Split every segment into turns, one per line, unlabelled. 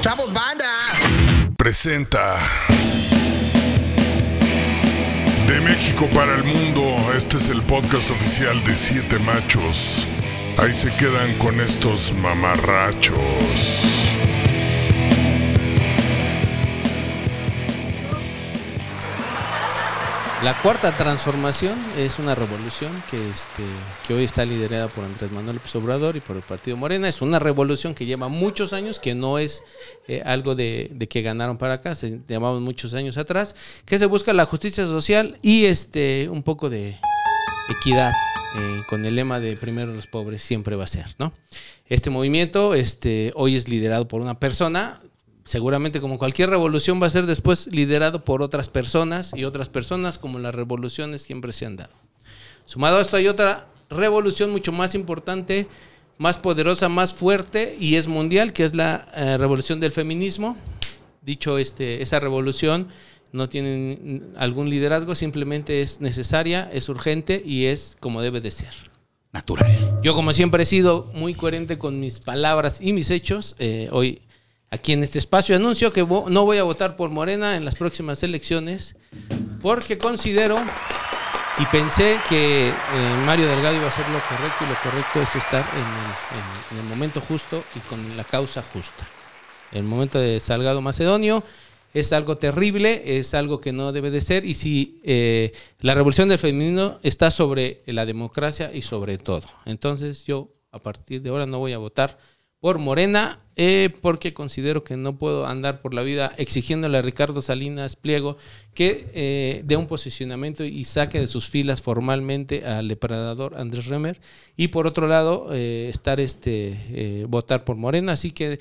¡Somos banda!
Presenta. De México para el mundo, este es el podcast oficial de Siete Machos. Ahí se quedan con estos mamarrachos.
La cuarta transformación es una revolución que, este, que hoy está liderada por Andrés Manuel López Obrador y por el Partido Morena. Es una revolución que lleva muchos años, que no es eh, algo de, de que ganaron para acá, se llamaban muchos años atrás, que se busca la justicia social y este un poco de equidad eh, con el lema de primero los pobres siempre va a ser, ¿no? Este movimiento este, hoy es liderado por una persona, seguramente como cualquier revolución va a ser después liderado por otras personas y otras personas como las revoluciones siempre se han dado. Sumado a esto hay otra revolución mucho más importante, más poderosa, más fuerte y es mundial, que es la eh, revolución del feminismo. Dicho este, esa revolución no tiene algún liderazgo, simplemente es necesaria, es urgente y es como debe de ser.
Natural.
Yo como siempre he sido muy coherente con mis palabras y mis hechos. eh, hoy aquí en este espacio anuncio que vo- no voy a votar por Morena en las próximas elecciones porque considero y pensé que eh, Mario Delgado iba a hacer lo correcto y lo correcto es estar en el, en- en el momento justo y con la causa justa. El momento de Salgado Macedonio es algo terrible, es algo que no debe de ser y si eh, la revolución del femenino está sobre la democracia y sobre todo. Entonces yo a partir de ahora no voy a votar por Morena eh, porque considero que no puedo andar por la vida exigiéndole a Ricardo Salinas Pliego que eh, dé un posicionamiento y saque de sus filas formalmente al depredador Andrés Remer y por otro lado eh, estar este eh, votar por Morena así que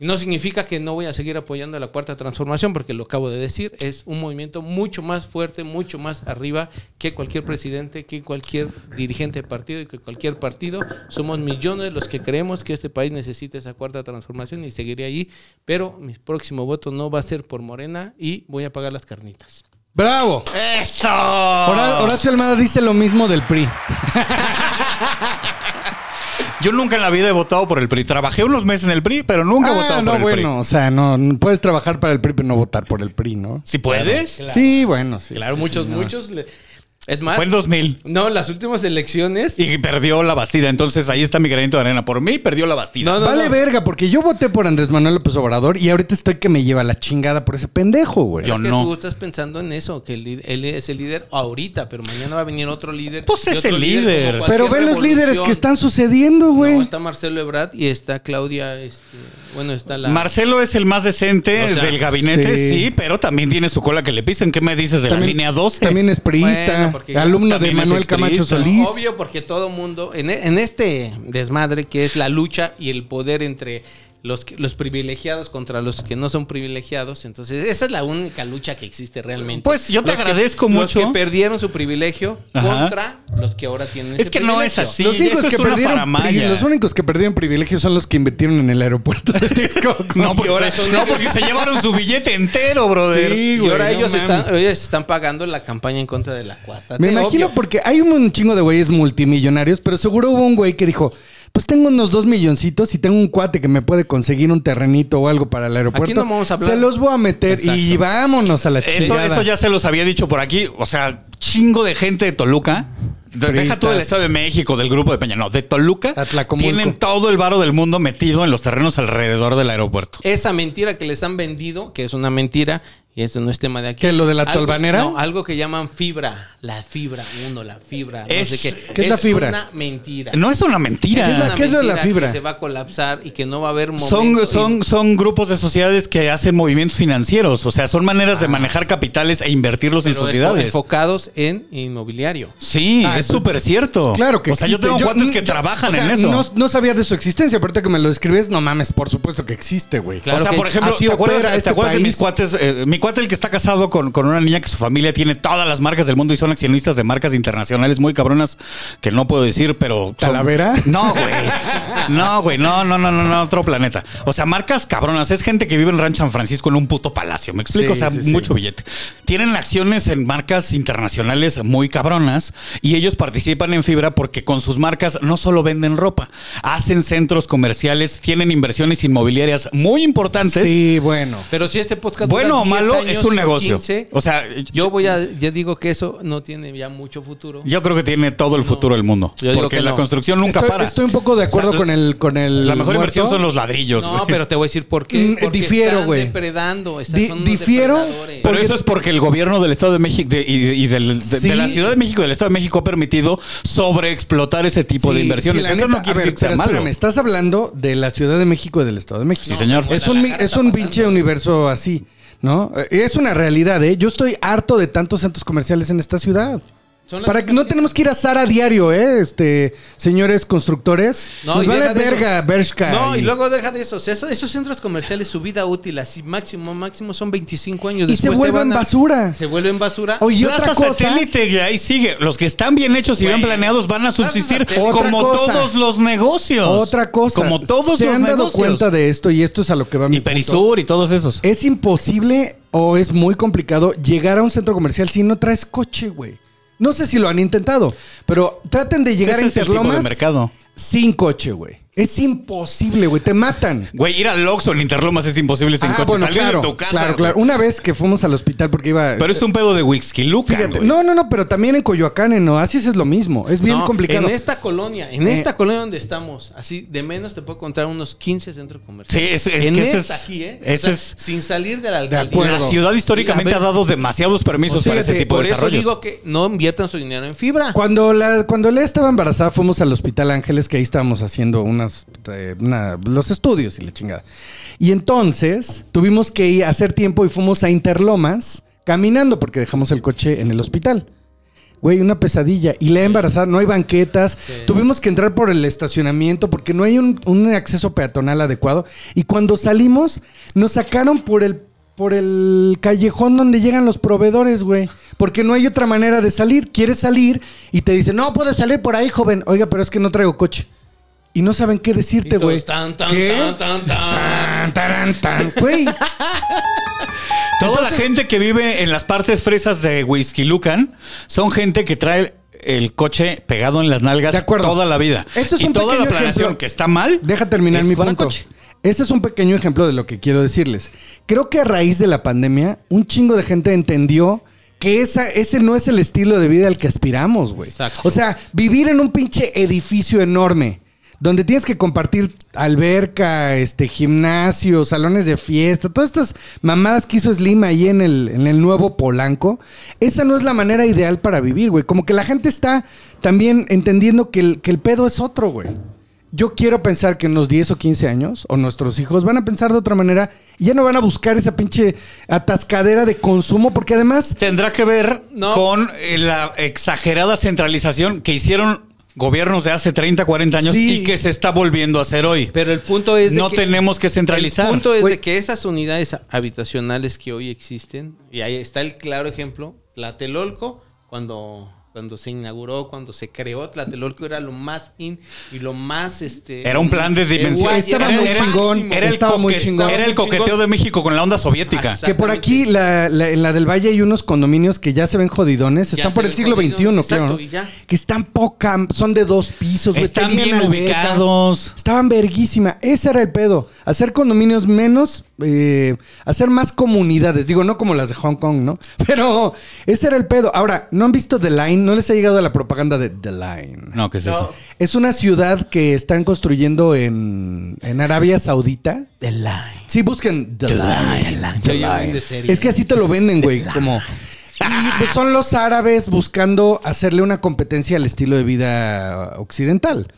no significa que no voy a seguir apoyando a la cuarta transformación, porque lo acabo de decir, es un movimiento mucho más fuerte, mucho más arriba que cualquier presidente, que cualquier dirigente de partido y que cualquier partido. Somos millones los que creemos que este país necesita esa cuarta transformación y seguiré allí, pero mi próximo voto no va a ser por Morena y voy a pagar las carnitas.
¡Bravo! Ah.
¡Eso!
Hora- Horacio Almada dice lo mismo del PRI.
Yo nunca en la vida he votado por el PRI. Trabajé unos meses en el PRI, pero nunca he
Ah,
votado
no,
por el
bueno,
PRI.
o sea, no, no puedes trabajar para el PRI, pero no votar por el Pri, ¿no?
Si puedes.
Sí, bueno, sí.
Claro,
sí,
muchos,
sí, no.
muchos. le- Es más,
Fue en 2000.
no, las últimas elecciones.
Y perdió la Bastida. Entonces ahí está mi granito de arena. Por mí perdió la Bastida.
No, no,
vale
no.
verga, porque yo voté por Andrés Manuel López Obrador y ahorita estoy que me lleva la chingada por ese pendejo, güey.
Yo
Es que
no.
tú estás pensando en eso, que el lid- él es el líder ahorita, pero mañana va a venir otro líder.
Pues
y
es
otro
el líder.
como
Pero
cualquier
ve los
revolución.
líderes que están sucediendo, güey.
No, está Marcelo Ebrard y está Claudia. este, bueno, está la.
Marcelo es el más decente
O sea,
del gabinete, sí.
sí.
pero también tiene su cola que le pisen. ¿Qué me dices de la línea 12?
También es priista,
Bueno, porque-
alumno de
También es
Manuel Camacho
priista.
Solís.
Obvio, porque todo mundo, en, e- en este desmadre que es la lucha y el poder entre los, que- los privilegiados contra los que no son privilegiados, entonces esa es la única lucha que existe realmente.
Pues, yo te
que-
agradezco
Los
mucho.
que perdieron su privilegio
Ajá.
contra los que ahora tienen
Es
ese
que no es
privilegio.
así. Sí, eso es una faramaya.
pri- los únicos que perdieron privilegios son los que invirtieron en el aeropuerto de Texcoco.
No,
Y ahora
porque, se, no, porque se llevaron su billete entero, brother.
Sí,
Y
güey,
ahora
no
ellos,
mames.
están, ellos están pagando la campaña en contra de la cuarta.
Me
T,
imagino
obvio.
porque hay un chingo de güeyes multimillonarios, pero seguro hubo un güey que dijo, pues tengo unos dos milloncitos y tengo un cuate que me puede conseguir un terrenito o algo para el aeropuerto.
no vamos a hablar.
Se los voy a meter y
Exacto.
vámonos a la
Eso,
chingada.
eso ya se los había dicho por aquí. O sea, chingo de gente de Toluca. De- Deja
Turistas.
todo el Estado de México, del grupo de Peña. No, de Toluca.
Atlacomulco.
Tienen todo el varo del mundo metido en los terrenos alrededor del aeropuerto.
Esa mentira que les han vendido, que es una mentira, y eso no es tema de aquí.
¿Qué, lo de la
Algo-
tolvanera?
no, algo que llaman fibra. La fibra uno, la fibra.
Es-
no sé qué.
¿Qué es la fibra?
una mentira.
No es una
Es
mentira.
¿Qué es la-
una
qué es lo de la
mentira
fibra?
Que se va a colapsar y que no va a haber momento.
Son, son, son grupos de sociedades que hacen movimientos financieros. O sea, son maneras
Ah.
de manejar capitales e invertirlos en
pero
sociedades.
enfocados en inmobiliario.
Sí, es súper cierto.
Ah, Claro que
O sea,
existe.
yo tengo cuates
mm,
que
yo-
trabajan
o sea,
en eso.
No, no sabía de su existencia, pero ahorita que me lo describes, no mames, por supuesto que existe, güey.
Claro
o sea,
que
por ejemplo,
así
¿te acuerdas,
opera
te
este
acuerdas de
país?
mis cuates? eh, mi cuate el que está casado con, con una niña que su familia tiene todas las marcas del mundo y son accionistas de marcas internacionales muy cabronas que no puedo decir, pero. son-
¿Talavera?
No, güey. No, güey. No, no, no, no, no, otro planeta. O sea, marcas cabronas. Es gente que vive en Rancho San Francisco en un puto palacio. ¿Me explico?
Sí,
o sea,
sí, sí.
mucho billete. Tienen acciones en marcas internacionales muy cabronas y ellos participan en Fibra porque con sus marcas no solo venden ropa, hacen centros comerciales, tienen inversiones inmobiliarias muy importantes.
Sí, bueno.
Pero si este podcast dura
Bueno o
10
malo,
años
es un
o
negocio.
15,
o sea,
yo voy a, ya digo que eso no tiene ya mucho futuro.
yo creo que tiene todo el futuro del mundo.
Yo digo
porque
que
la
no.
construcción nunca
estoy,
para.
estoy un poco de acuerdo
O sea,
con el con el
la mejor
muerto.
inversión son los ladrillos.
no,
güey.
pero te voy a decir por qué.
Mm,
Porque
difiero,
están
güey.
depredando. están-
Di-
son unos
difiero,
depredadores.
Pero
Porque-
eso es porque el gobierno del Estado de México de- y, y del- de,
Sí.
de la Ciudad de México y del Estado de México ha permitido sobreexplotar ese tipo de
Sí,
inversiones.
sí, la
eso
neta,
no
a
quiere
ver,
decir que sea
pero
malo.
espérame, estás hablando de la Ciudad de México y del Estado de México.
Sí, señor.
Es un, mi-
Guadalajara
es
está
un
pasando.
pinche universo así, ¿no? Eh, Es una realidad, ¿eh? Yo estoy harto de tantos centros comerciales en esta ciudad.
Son las
Para que no
mismas-
tenemos que ir a Zara diario, ¿eh? Este, señores constructores.
No,
Nos
y
vale
deja de
verga,
eso.
Bershka.
No, y luego deja de eso. O sea, eso- esos centros comerciales, su vida útil, así máximo, máximo son 25 años.
Y se
Después te
vuelven
van a-
basura.
Se vuelven basura.
Oye, otra
Plaza
cosa.
satélite que ahí sigue. Los que están bien hechos y bien
Güey,
planeados van a
plaza
subsistir
satélite.
Otra
como
cosa.
todos los negocios.
Otra cosa.
Como todos
¿Se
los
han dado
negocios.
cuenta de esto y esto es a lo que va mi
y
punto. Eh,
Perisur y todos esos.
Es imposible o es muy complicado llegar a un centro comercial si no traes coche, güey. No sé si lo han intentado, pero traten de llegar
Ese
a
es el tipo de
Interlomas
mercado.
sin coche, güey. Es imposible, güey. Te matan.
Güey, ir al Oxxo en Interlomas es imposible sin
Ah,
coche.
bueno,
Salir
claro,
de tu casa.
claro,
güey.
claro. Una vez que fuimos al hospital porque iba...
Pero es un pedo de Wixquiluca,
Fíjate, no, no, no, pero también en Coyoacán, en Oasis es lo mismo. Es bien
No,
complicado.
En esta colonia, en
Eh.
esta colonia donde estamos, así de menos te puedo contar unos 15 centros comerciales.
Sí, es, es
en
que ese
esta
es-
aquí, ¿eh? O
ese
sea,
es-
sin salir de la alcaldía.
acuerdo.
La ciudad históricamente
A
ha
ver,
dado demasiados permisos
pues
para ese
fíjate,
tipo
Por
de
eso
desarrollos.
digo que no inviertan su dinero en fibra.
Cuando la, cuando Lea estaba embarazada, fuimos al Hospital Ángeles, que ahí estábamos haciendo unas, eh, una- los estudios y la chingada. Y entonces tuvimos que ir a hacer tiempo y fuimos a Interlomas caminando porque dejamos el coche en el hospital. Güey, una pesadilla. Y Lea embarazada, no hay banquetas. Tuvimos que entrar por el estacionamiento porque no hay un, un acceso peatonal adecuado. Y cuando salimos, nos sacaron por el, por el callejón donde llegan los proveedores, güey. Porque no hay otra manera de salir. Quieres salir y te dicen, no puedes salir por ahí, joven. Oiga, pero es que no traigo coche. Y no saben qué
Y
decirte,
todos,
Este güey.
tan, tan,
¿Qué?
tan, tan, tan.
Tan, tan, Güey,
Toda la gente que vive en las partes fresas de Huizquilucan son gente que trae el coche pegado en las nalgas
De acuerdo.
toda la vida.
Esto es
y
un
toda la
pequeño
planeación
ejemplo.
que está mal.
deja terminar
es
mi
para
punto.
coche.
Ese es un pequeño ejemplo de lo que quiero decirles. Creo que a raíz de la pandemia, un chingo de gente entendió que esa, ese no es el estilo de vida al que aspiramos, güey.
Exacto.
O sea, vivir en un pinche edificio enorme. Donde tienes que compartir alberca, este, gimnasio, salones de fiesta, todas estas mamadas que hizo Slim ahí en el, en el nuevo Polanco. Esa no es la manera ideal para vivir, güey. Como que la gente está también entendiendo que el, que el pedo es otro, güey. Yo quiero pensar que en los 10 o 15 años, o nuestros hijos, van a pensar de otra manera y ya no van a buscar esa pinche atascadera de consumo, porque además
Tendrá que ver
No.
con eh, la exagerada centralización que hicieron gobiernos de hace 30, 40 años
Sí.
y que se está volviendo a hacer hoy.
Pero el punto es de
no
que-
tenemos que centralizar.
El punto es
Güey.
de que esas unidades habitacionales que hoy existen, y ahí está el claro ejemplo, Tlatelolco, cuando, cuando se inauguró, cuando se creó Tlatelolco, era lo más in y lo más este.
Era un plan de dimensión.
guay,
Estaba
era
muy
el
chingón,
máximo.
Era el,
Estaba muy
coque-
chingón.
era el
Estaba muy
coqueteo
chingón. Ah,
de México con la onda soviética.
Exacto.
Que por aquí, la, la- en la del Valle, hay unos condominios que ya se ven jodidones.
Ya
Están
se
por el
ven
siglo
jodidos,
XXI,
exacto,
creo. ¿no?
y ya.
Que están poca, son de dos pisos. güey,
Están
tenían
bien
alberca.
ubicados.
Estaban verguísima. Ese era el pedo. Hacer condominios menos, eh, hacer más comunidades. Digo, no como las de Hong Kong, ¿no? Pero ese era el pedo. Ahora, ¿no han visto The Line? ¿No les ha llegado la propaganda de The Line?
No, ¿qué es eso?
Es una ciudad que están construyendo en, en Arabia Saudita.
The Line.
Sí, busquen The, Line.
Se oye bien de serie.
Es que así te lo venden, güey. Como. Y pues, son los árabes buscando hacerle una competencia al estilo de vida occidental.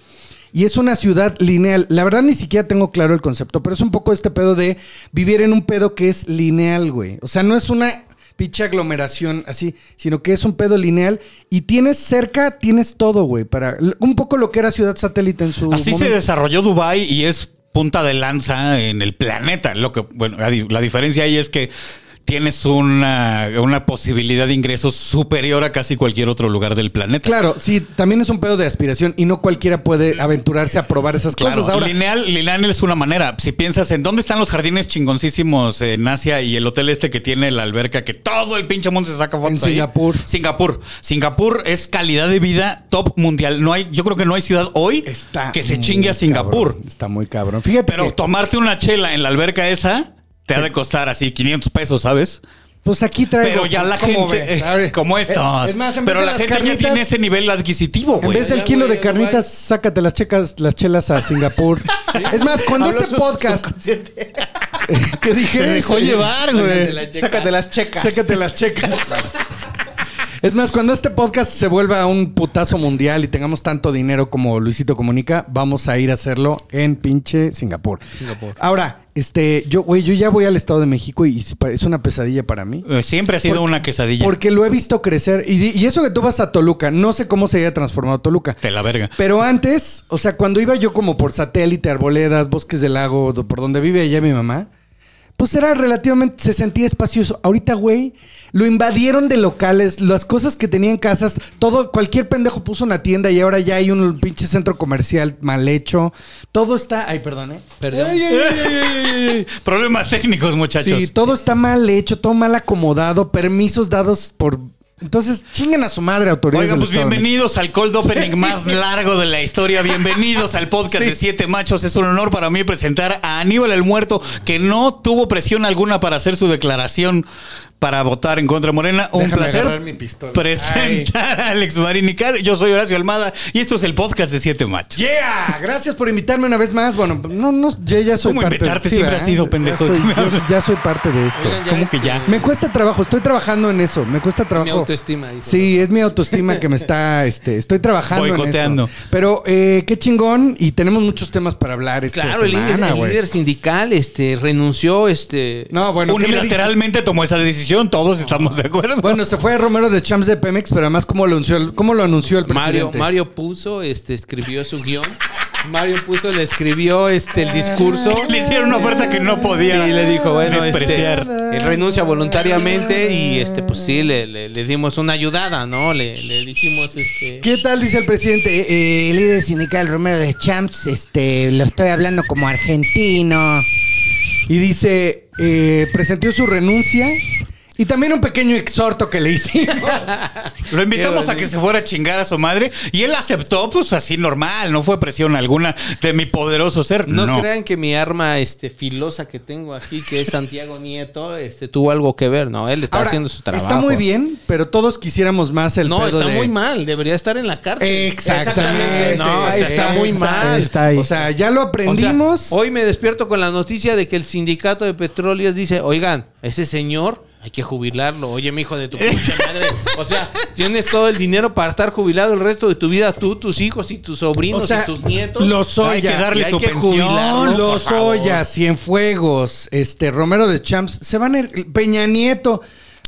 Y es una ciudad lineal. La verdad ni siquiera tengo claro el concepto, pero es un poco este pedo de vivir en un pedo que es lineal, güey. O sea, no es una pinche aglomeración así, sino que es un pedo lineal y tienes cerca, tienes todo, güey. Para un poco lo que era ciudad satélite en su
Así se
momento.
desarrolló Dubai y es punta de lanza en el planeta. Lo que, bueno, la, di- la diferencia ahí es que tienes una, una posibilidad de ingresos superior a casi cualquier otro lugar del planeta.
Claro, sí, también es un pedo de aspiración y no cualquiera puede aventurarse a probar esas
Claro,
cosas. Ahora,
lineal, lineal es una manera. Si piensas en dónde están los jardines chingoncísimos en Asia y el hotel este que tiene la alberca, que todo el pinche mundo se saca fotos.
En
ahí.
Singapur.
Singapur. Singapur es calidad de vida top mundial. No hay, yo creo que no hay ciudad hoy
está
que se
muy
chingue a Singapur.
cabrón, está muy cabrón. Fíjate,
Pero
que,
tomarte una chela en la alberca esa te ha de costar así 500 pesos, ¿sabes?
pues aquí traigo.
Pero ya la
¿cómo
gente,
ves? A ver, eh,
como estos.
Es más, en
pero
vez de
la
las
gente ya
carnitas,
tiene ese nivel adquisitivo,
En
güey.
vez del
Ya,
kilo
güey,
de carnitas, sácate las checas, las chelas a Singapur. Es más, cuando
Habló
este
su
podcast
subconsciente.
que dije,
Se dejó llevar,
Sácate
güey.
las checas.
Sácate las checas.
Sácate las checas. Es más, cuando este podcast se vuelva un putazo mundial y tengamos tanto dinero como Luisito Comunica, vamos a ir a hacerlo en pinche Singapur.
Singapur.
Ahora, este, yo, güey, yo ya voy al Estado de México y si pa- es una pesadilla para mí.
Eh, Siempre ha sido
Por-
una quesadilla.
Porque lo he visto crecer. Y, di- y eso que tú vas a Toluca, no sé cómo se haya transformado Toluca.
Te la verga.
Pero antes, o sea, cuando iba yo como por satélite, arboledas, bosques del lago, do- por donde vive ella mi mamá, pues era relativamente, se sentía espacioso. Ahorita, güey, lo invadieron de locales, las cosas que tenían casas, todo, cualquier pendejo puso una tienda y ahora ya hay un pinche centro comercial mal hecho. Todo está, ay, perdón, ¿eh?
Perdón.
Problemas técnicos, muchachos.
Sí, todo está mal hecho, todo mal acomodado, permisos dados por... Entonces, chingan a su madre, autoridades.
Oigan,
del
pues
Estado de México.
bienvenidos al cold opening más largo de la historia. Bienvenidos al podcast de Siete Machos. Es un honor para mí presentar a Aníbal el Muerto, que no tuvo presión alguna para hacer su declaración para votar en contra de Morena. Un
Déjame agarrar
placer
mi pistola.
presentar a Alex Marín y Car. Yo soy Horacio Almada y esto es el podcast de Siete Machos.
Yeah, gracias por invitarme una vez más. Bueno, no, no, yo ya soy
¿Cómo
parte.
invitarte?
sí,
Siempre
¿verdad?
has sido pendejo.
Ya soy, yo ya soy parte de esto.
Oigan, ya este,
¿Cómo
ves
que ya?
Me cuesta trabajo, estoy trabajando en eso. Me cuesta trabajo.
Mi autoestima, dice.
Sí, es mi autoestima que me está, este, estoy trabajando en eso.
Boicoteando.
Pero eh, qué chingón y tenemos muchos temas para hablar esta
Claro, el líder-
semana,
el,
güey.
líder sindical este, renunció. Este,
No, bueno, ¿qué me dices?
Unilateralmente tomó esa decisión, todos estamos de acuerdo.
Bueno, se fue Romero de Champs de Pemex, pero además cómo lo anunció, el- cómo lo anunció el
Mario,
presidente.
Mario puso, este, escribió su guión. Mario puso, le escribió este, el discurso.
Le hicieron una oferta que no podía
Sí, le dijo, bueno, este,
despreciar.
él renuncia voluntariamente y este, pues sí, le, le- le dimos una ayudada, ¿no? Le, le dijimos, este.
¿Qué tal dice el presidente?
Eh, el líder sindical Romero de Champs, este, lo estoy hablando como argentino.
Y dice, eh, presentó su renuncia y también un pequeño exhorto que le hicimos.
Lo invitamos
Qué
a que se fuera a chingar a su madre y él aceptó, pues así normal, no fue presión alguna de mi poderoso ser.
No,
No,
crean que mi arma este, filosa que tengo aquí, que es Santiago Nieto, este, tuvo algo que ver, ¿no? Él está
Ahora,
haciendo su trabajo.
Está muy bien, pero todos quisiéramos más el
No,
pedo
está
de-
muy mal. Debería estar en la cárcel.
Exactamente.
No, o sea,
Ahí
está muy mal.
Está ahí.
O sea, ya lo
O sea,
aprendimos.
hoy me despierto con la noticia de que el sindicato de petróleos dice, oigan, ese señor hay que jubilarlo. Oye, mi hijo de tu pucha madre. O sea, tienes todo el dinero para estar jubilado el resto de tu vida, tú, tus hijos y tus sobrinos
O sea,
y tus nietos.
los
Hay que
Oya,
darle
y hay
su
que
pensión.
jubilarlo.
los
por favor.
Oya, Cienfuegos, este Romero de Champs, se van a ir- Peña Nieto.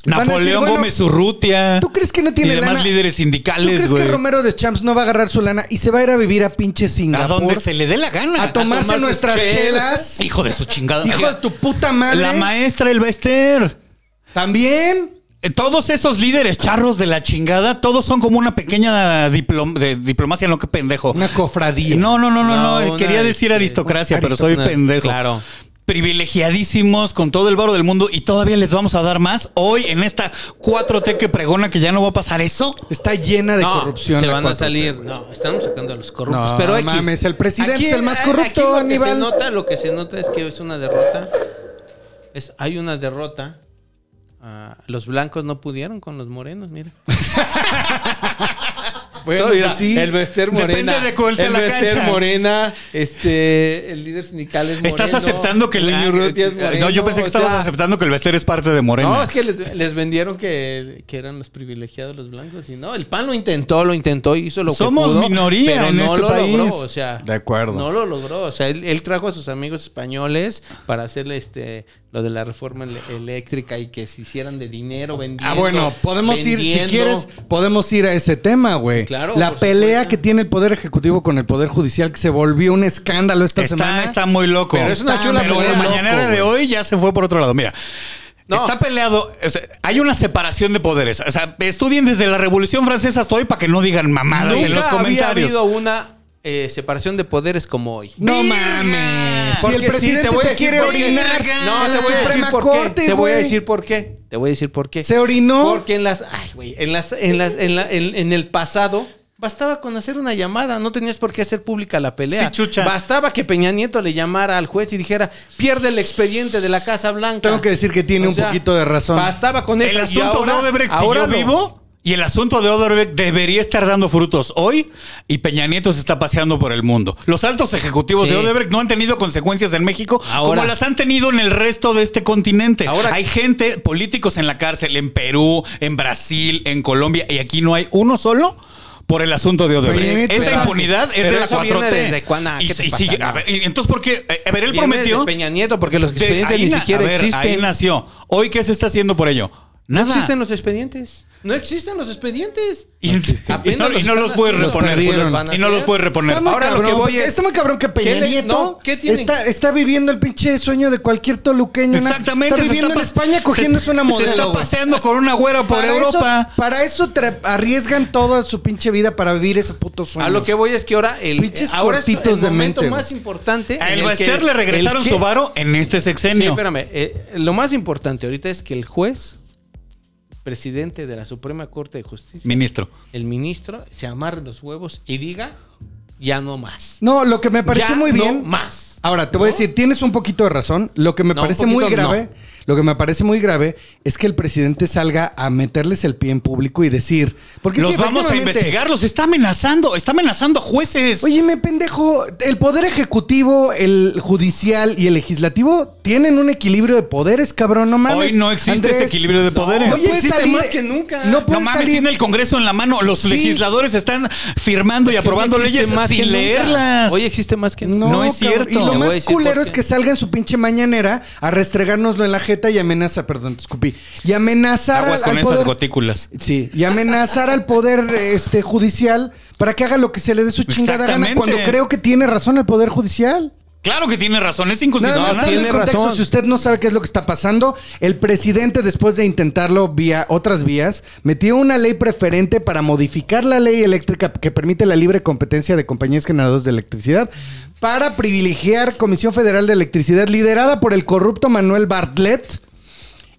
van a decir,
Napoleón
bueno,
Gómez Urrutia.
¿Tú crees que no
y
tiene
demás
lana?
líderes
¿Tú crees
sindicales,
que
güey.
Romero de Champs no va a agarrar su lana y se va a ir a vivir a pinche Singapur?
A donde se le dé la gana.
a tomarse
tomar
nuestras
tus chelas.
chelas.
Hijo de su chingada.
Hijo de tu puta madre.
La maestra El Bester.
También.
Eh, Todos esos líderes charros de la chingada, todos son como una pequeña diplom- de diplomacia, no que pendejo.
Una cofradía.
No, no, no, no, no. eh,
No, una,
Quería decir
este,
aristocracia, pero soy
aristocracia,
pendejo.
claro.
Privilegiadísimos con todo el barro del mundo y todavía les vamos a dar más hoy en esta 4T que pregona que ya no va a pasar eso.
Está llena de
No,
corrupción.
Se
la
van a
4T.
salir. No, estamos sacando a los corruptos.
No,
pero X.
mames, el presidente es el más
aquí
corrupto,
lo que se
Aníbal.
nota, lo que se nota es que es una derrota. Es, hay una derrota. Ah, los blancos no pudieron con los morenos, mira.
Bueno,
Todo, mira,
pues sí.
El Bester
Depende
Morena.
de cuál sea
el
la
Bester
cancha.
Morena, este, el líder sindical es moreno.
Estás aceptando que el.
Luis Urrutia
eh,
es
Ah, No, yo
moreno,
pensé que
o
estabas
sea,
aceptando que el Bester es parte de Morena.
No, es que les, les vendieron que, que eran los privilegiados los blancos y no, el PAN lo intentó, lo intentó y hizo lo
Somos
que pudo.
minoría en este
lo
país.
Logró, o sea,
De acuerdo.
No lo logró, o sea, él, él trajo a sus amigos españoles para hacerle este lo de la reforma ele- eléctrica y que se hicieran de dinero vendiendo.
Ah, bueno, podemos ir, si
vendiendo.
quieres, podemos ir a ese tema, güey.
Claro,
La
por
pelea
supuesto.
que tiene el Poder Ejecutivo con el Poder Judicial que se volvió un escándalo esta
está,
semana.
está muy loco.
Pero es una
Está
chula
Pero
pelea,
la mañanera
loco,
de hoy ya se fue por otro lado. Mira,
No.
Está peleado. o sea, hay una separación de poderes. O sea, estudien desde la Revolución Francesa hasta hoy para que no digan mamadas
Nunca
en los
había
comentarios.
habido una eh, separación de poderes como hoy.
No
¡Virga!
mames.
Si el
Porque
presidente
te voy a
se
decir
quiere
por qué.
orinar
No,
en
te
la
voy a decir
Suprema
por
Corte,
qué. Te voy a
güey.
decir por qué. Te voy a decir por qué.
Se orinó.
Porque en las. Ay, güey. En las, en las, en la, en, en el pasado. Bastaba con hacer una llamada, no tenías por qué hacer pública la pelea.
Sí, chucha.
Bastaba que Peña Nieto le llamara al juez y dijera, pierde el expediente de la Casa Blanca.
Tengo que decir que tiene
O
un
sea,
poquito de razón.
Bastaba con eso.
El
y
asunto
ahora-
de Odebrecht
ahora
siguió
lo-
vivo y el asunto de Odebrecht debería estar dando frutos hoy y Peña Nieto se está paseando por el mundo. Los altos ejecutivos
Sí.
de Odebrecht no han tenido consecuencias en México
Ahora.
como las han tenido en el resto de este continente.
Ahora.
Hay gente, políticos en la cárcel, en Perú, en Brasil, en Colombia y aquí no hay uno solo. Por el asunto de
Peña
Odebrecht.
Nieto.
Esa
Pero-
impunidad es
pero
de la
eso viene
4T.
desde cuándo,
y,
¿qué te
y
pasa?
sigue- a
No.
ver, y entonces, ¿por qué? Eh, A ver, él
Viene
prometió.
desde Peña Nieto, porque los
De-
expedientes
ahí
ni
na-
siquiera
a ver,
existen.
Ahí nació. oh, Hoy, ¿qué se está haciendo por ello? Nada.
No existen los expedientes. No existen los expedientes.
Y, y no, y no los puedes
puedes
reponer.
perdieron.
y no los puedes reponer.
Está muy
Ahora lo
cabrón,
que voy es-
está muy cabrón que Peña
¿Qué le-
Nieto
no? ¿Qué tienen?
está, está viviendo el pinche sueño de cualquier toluqueño. una-
Exactamente.
Está
se
viviendo en
pas-
España
se-
cogiéndose una modelo.
Se está
güey.
paseando con una güera por
Para
Europa.
eso- para eso tra- arriesgan toda su pinche vida para vivir ese puto sueño.
A lo que voy es que ahora el,
Pinches
ahora es el
cortitos de
momento
mente,
más
güey.
importante.
A
en
El
que
Baester le regresaron
el je-
su varo en este
Sí,
sexenio.
espérame. eh, lo más importante ahorita es que el juez, presidente de la Suprema Corte de Justicia,
Ministro.
el ministro, se amarre los huevos y diga ya no más.
No, lo que me pareció
Ya
muy
no
bien.
más.
Ahora, te voy a decir, tienes un poquito de razón. Lo que me
No,
parece
un poquito
muy grave, lo que me parece muy grave es que el presidente salga a meterles el pie en público y decir, porque
Los
sí,
vamos a
efectivamente,
investigar. Los está amenazando. Está amenazando jueces.
Oye, me pendejo, el poder ejecutivo, el judicial y el legislativo tienen un equilibrio de poderes, cabrón, no
Hoy
mames.
no existe ese equilibrio de poderes.
Oye,
Existe
salir-
más que nunca.
No
No
puedes
mames,
salir-
tiene el Congreso en la mano. Los
Sí.
legisladores están firmando y aprobando
Hoy existe
leyes
más que
sin
nunca.
leerlas.
Hoy existe más que
No,
nunca.
es
cabrón.
cierto.
Y lo
Te
voy a
más
decir
culero
por
es
qué.
que salga en su pinche mañanera a restregárnoslo en la jeta y amenaza, perdón, te escupí. Y amenazar
Aguas
al,
con
al
esas
poder.
gotículas.
Sí, y amenazar al poder este judicial para que haga lo que se le dé su chingada gana
Exactamente.
cuando creo que tiene razón el poder judicial.
Claro que tiene razón. Es
Nada
inconstitucional.
más darle
tiene
el contexto,
razón.
si usted no sabe qué es lo que está pasando, el presidente después de intentarlo vía otras vías, metió una ley preferente para modificar la ley eléctrica que permite la libre competencia de compañías generadoras de electricidad para privilegiar Comisión Federal de Electricidad liderada por el corrupto Manuel Bartlett.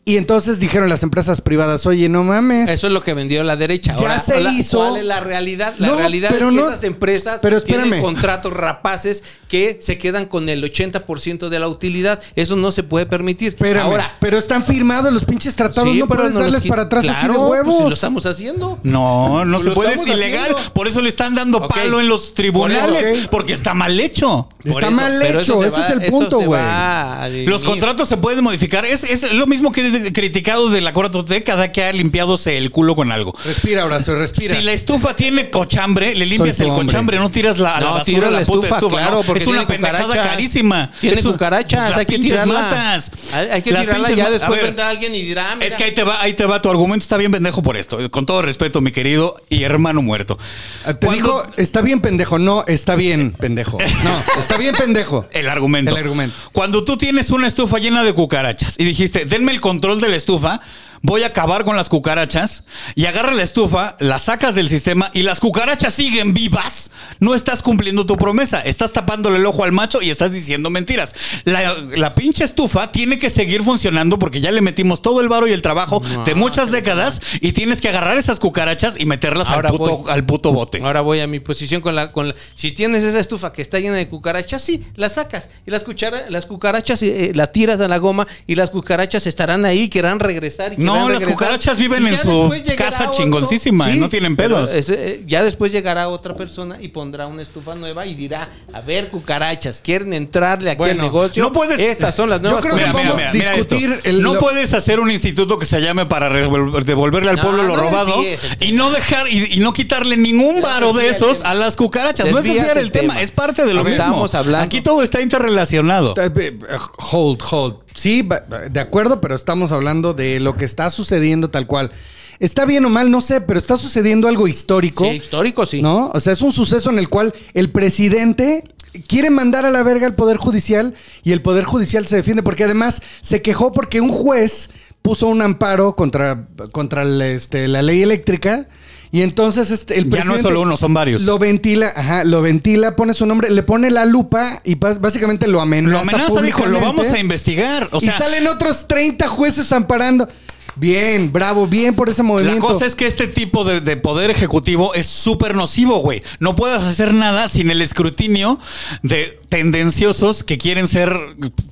Y entonces dijeron las empresas privadas, oye, no mames.
Eso es lo que vendió la derecha.
Ya
Ahora,
se
hola,
hizo.
¿Cuál es la realidad? La
No,
realidad
pero
es que
no-
esas empresas
pero
tienen
espérame.
contratos rapaces que se quedan con el 80% de la utilidad. Eso no se puede permitir.
Espérame,
Ahora,
pero están firmados los pinches tratados,
sí,
no
pero
puedes
nos los
darles
qui-
para atrás así de
Claro, pues,
huevos.
si lo estamos haciendo.
No, no
Lo
se puede, es
estamos
ilegal.
haciendo.
Por eso le están dando
Ok.
palo en los
Por
tribunales,
eso, ok.
porque está mal hecho.
Está
Por eso,
mal
pero eso
hecho,
se
ese
va-
es el
eso
punto,
se
güey.
va a
Los
dirimir.
contratos se pueden modificar. Es, es lo mismo que he criticado de la cuarta T cada que ha limpiadose el culo con algo.
Respira, abrazo, respira.
Si la estufa tiene cochambre, le limpias
Soy
el
tu hombre.
cochambre, no tiras la, a la
No,
basura
tira
la,
la
puta
estufa,
estufa.
claro,
¿no?
porque
es
tiene
una pendejada
cucarachas.
carísima.
Tiene
Es un-
cucarachas,
las
hay que
pinches
tirarla.
matas.
Hay, hay que
Las
tirarla
pinches
ya
ma- A
después
ver,
vendrá alguien y dirá,
Es
mira,
que ahí te va, ahí te va. Tu argumento está bien pendejo por esto. Con todo respeto, mi querido y hermano muerto.
Ah, Te
Cuando-
digo, está bien pendejo. No, está bien pendejo. No, está bien pendejo.
El argumento.
El argumento.
Cuando tú tienes una estufa llena de cucarachas y dijiste, denme el control de la estufa, voy a acabar con las cucarachas, y agarra la estufa, la sacas del sistema y las cucarachas siguen vivas, no estás cumpliendo tu promesa, estás tapándole el ojo al macho y estás diciendo mentiras. La, la pinche estufa tiene que seguir funcionando porque ya le metimos todo el varo y el trabajo de muchas décadas y tienes que agarrar esas cucarachas y meterlas al
Ahora
puto,
voy.
al puto bote.
Ahora voy a mi posición con la, con la- Si tienes esa estufa que está llena de cucarachas, sí, las sacas. Y las, cuchara- las cucarachas eh, la tiras a la goma y las cucarachas estarán ahí, querrán regresar. y
No,
querrán
las
regresar.
cucarachas viven
Y ya
en su
después llegará
casa chingoncísima, no tienen
pero
pedos.
ese, eh, ya después llegará otra persona y pondrá una estufa nueva y dirá, a ver, cucarachas, ¿quieren entrarle aquí
Bueno,
al negocio?
no puedes-
Estas son las
Yo
nuevas
creo que
Mira, mira,
podemos
mira, mira esto.
discutir el-
no
lo-
puedes hacer un instituto que se llame para revol- devolverle al
No,
pueblo lo
no
robado
desvíes el
y no dejar y, y no quitarle ningún varo de
desvías el
esos
tema.
a las cucarachas. no es
Desvías
desviar
el
el tema,
tema.
es parte de
A
lo
ver,
mismo.
estábamos hablando.
Aquí todo está interrelacionado.
Hold, hold. Sí, ba- ba- de acuerdo, pero estamos hablando de lo que está sucediendo tal cual. Está bien o mal, no sé, pero está sucediendo algo histórico.
Sí, histórico, sí.
¿No? O sea, es un suceso en el cual el presidente quiere mandar a la verga al Poder Judicial y el Poder Judicial se defiende porque además se quejó porque un juez puso un amparo contra, contra el, este, la ley eléctrica y entonces este, el
Ya no es
presidente
solo uno, son varios.
Lo ventila, ajá, lo ventila, pone su nombre, le pone la lupa y bas- básicamente lo amenaza.
Lo amenaza, dijo, lo
públicamente.
vamos a investigar. O sea,
y salen otros 30 jueces amparando. Bien, bravo, bien por ese
La
movimiento.
cosa es que este tipo de, de poder ejecutivo es súper nocivo, güey. No puedes hacer nada sin el escrutinio de tendenciosos que quieren ser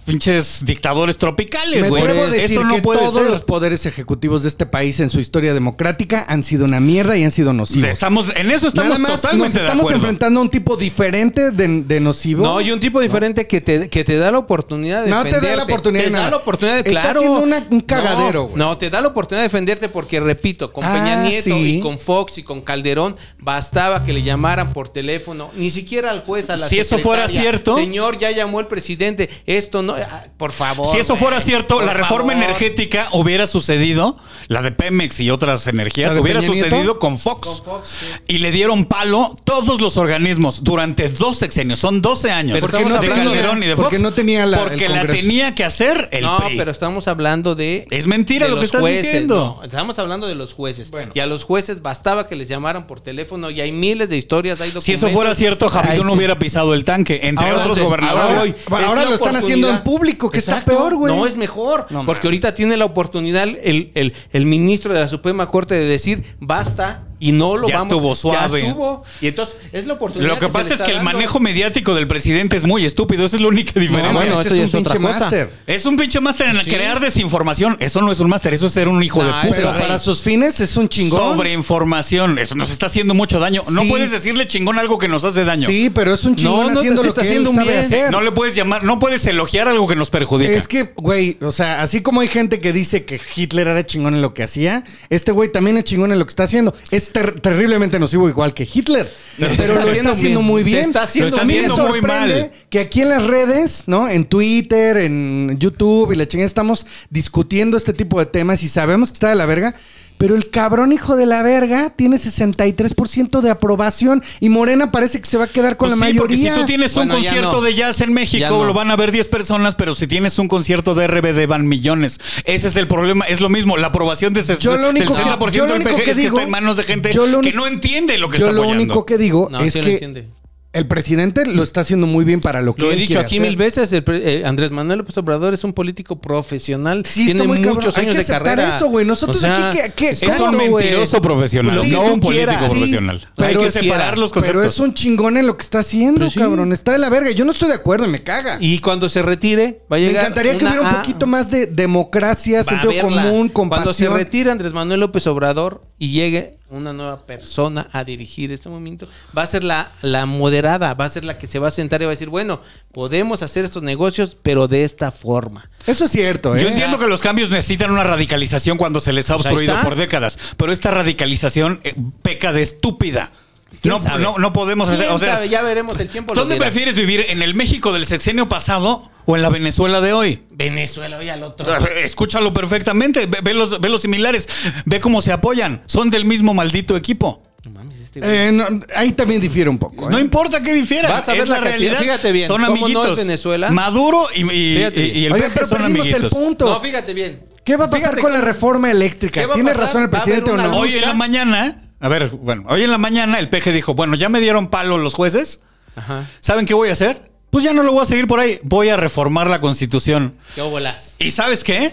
pinches dictadores tropicales,
Me
güey.
atrevo a decir
Eso no
que
puede
todos
ser.
los poderes ejecutivos de este país en su historia democrática han sido una mierda y han sido nocivos.
Estamos, en eso estamos
Nada más
totalmente
nos
de
estamos
acuerdo.
enfrentando a un tipo diferente de, de nocivo.
No, y un tipo diferente que, te, que te da la oportunidad de
No te da la
defenderte.
oportunidad
Te
de
da
nada.
la oportunidad de,
Está
claro.
haciendo una- un cagadero,
No,
güey.
No, te da la oportunidad de defenderte porque, repito, con
Ah,
Peña Nieto
sí.
y con Fox y con Calderón, bastaba que le llamaran por teléfono, ni siquiera al juez, a la
Si eso fuera
secretaria.
cierto-
Señor, ya llamó el presidente. Esto no... ah, Por favor.
Si eso fuera
güey,
cierto,
por
la reforma
favor.
energética hubiera sucedido, la de Pemex y otras
¿La
energías,
de
hubiera
Peña Nieto?
sucedido con Fox.
Con Fox, sí.
Y le dieron palo todos los organismos durante dos sexenios, son 12 años.
Pero
Porque
estamos
de
hablando de-
Calderón y de Fox.
porque no tenía la- el
Porque la
Congreso.
tenía que hacer el
no,
PRI.
pero estamos hablando de.
Es mentira
de
lo que
los
estás diciendo.
no, estamos hablando de los jueces. Y a los jueces bastaba que les llamaran por teléfono y hay miles de historias. Hay
Si eso
documentos.
fuera cierto,
Ay,
Javier no
sí.
hubiera pisado el tanque, entre
Ahora,
otros
entonces,
gobernadores.
ahora
voy.
Ahora
Es
lo
una
están haciendo en público, que está peor, güey.
No, es mejor.
No mames.
porque ahorita tiene la oportunidad el, el- el ministro de la Suprema Corte de decir basta y no lo
Ya
vamos
estuvo suave.
Ya estuvo. Y entonces es la oportunidad.
Lo que
se
pasa
le
es
está
que el
dando.
manejo mediático del presidente es muy estúpido, esa es la única diferencia.
bueno,
ese
eso ya es otra
pinche
cosa.
máster.
Es un pinche máster en
Sí.
crear desinformación. Eso no es un máster, eso es ser un hijo
No,
de
es
Pero
puta.
rey.
para sus fines es un chingón.
Sobreinformación. Eso nos está haciendo mucho daño. No
Sí.
puedes decirle chingón algo que nos hace daño.
Sí, pero es un chingón
No, no,
haciendo
te
lo que
está haciendo
él
un
sabe
bien.
hacer.
No le puedes llamar, no puedes elogiar algo que nos perjudica.
Es que, güey, o sea, así como hay gente que dice que Hitler era chingón en lo que hacía, este güey también es chingón en lo que está haciendo. Es ter- terriblemente nocivo igual que Hitler.
Lo
Pero lo está haciendo muy bien.
Te está haciendo
Lo está
A mí me
haciendo muy
sorprende
mal.
Que aquí en las redes, ¿no? En Twitter, en YouTube y la chingada, estamos discutiendo este tipo de temas y sabemos que está de la verga. Pero el cabrón hijo de la verga tiene 63% de aprobación y Morena parece que se va a quedar con
Pues
la
sí, porque
mayoría.
si tú tienes un
Bueno, ya
concierto
no.
de jazz en México,
Ya no.
lo van a ver 10 personas, pero si tienes un concierto de RBD van millones. Ese es el problema, es lo mismo. La aprobación de ses-
Yo lo único que-
del 60%
yo lo
del
único
PG
que
es que
digo-
está en manos de gente
yo lo
que
uni-
no entiende lo que
Yo
está
lo
apoyando.
único que digo
No,
es
sí lo
que
entiende.
el presidente lo está haciendo muy bien para lo que
Lo he
él
dicho
quiere
aquí
hacer.
mil veces, el pre- eh, Andrés Manuel López Obrador es un político profesional,
Sí, está
tiene
muy cabrón.
muchos
Hay
años
que
de
aceptar
carrera.
eso, güey. Nosotros aquí que- que-
es-
Es
Claro,
un
güey.
mentiroso profesional,
Lo que
no
tú
un político
quieras, sí,
profesional. Hay
pero
que
es-
separar los
Pero
conceptos.
es un chingón en lo que está haciendo,
Pero Pues sí.
cabrón. Está de la verga. Yo no estoy de acuerdo, me caga.
Y cuando se retire, va a
me
llegar.
encantaría que
una
hubiera un
A-
poquito más de democracia,
va a
sentido
haberla.
común,
Cuando se
compasión.
retire Andrés Manuel López Obrador y llegue una nueva persona a dirigir este movimiento, va a ser la, la moderada, va a ser la que se va a sentar y va a decir, bueno, podemos hacer estos negocios, pero de esta forma.
Eso es cierto, ¿eh?
Yo entiendo que los cambios necesitan una radicalización cuando se les ha
Pues ahí
obstruido
está.
por décadas, pero esta radicalización eh, peca de estúpida. No,
sabe?
no, no podemos hacer.
¿Quién
o sea,
sabe? Ya veremos el tiempo. lo
¿Dónde
dirá.
prefieres vivir? ¿En el México del sexenio pasado o en la Venezuela de hoy?
Venezuela y al otro.
Escúchalo perfectamente, ve, ve los, ve los similares, ve cómo se apoyan, son del mismo maldito equipo.
No mames, este güey.
Eh, no, ahí también difiere un poco. ¿eh?
No importa que difieran,
Vas a ver
es
la
la,
cantidad,
realidad.
fíjate bien,
son
¿cómo no
amiguitos.
es Venezuela?
Maduro y, y-
Fíjate bien.
y el
Oiga,
PG
pero
son
perdimos el
amiguitos.
punto.
No, fíjate bien.
¿Qué va a pasar
Fíjate
con
que-
la reforma
¿Qué
eléctrica?
va a
¿Tiene
pasar?
razón el
Va a
presidente o
haber una
no?
lucha.
Hoy en la mañana, a ver, bueno, hoy en la mañana el PG dijo, bueno, ya me dieron palo los jueces,
Ajá.
¿saben qué voy a hacer? Pues ya no lo voy a seguir por ahí, voy a reformar la constitución.
¿Qué bolas?
¿Y sabes qué?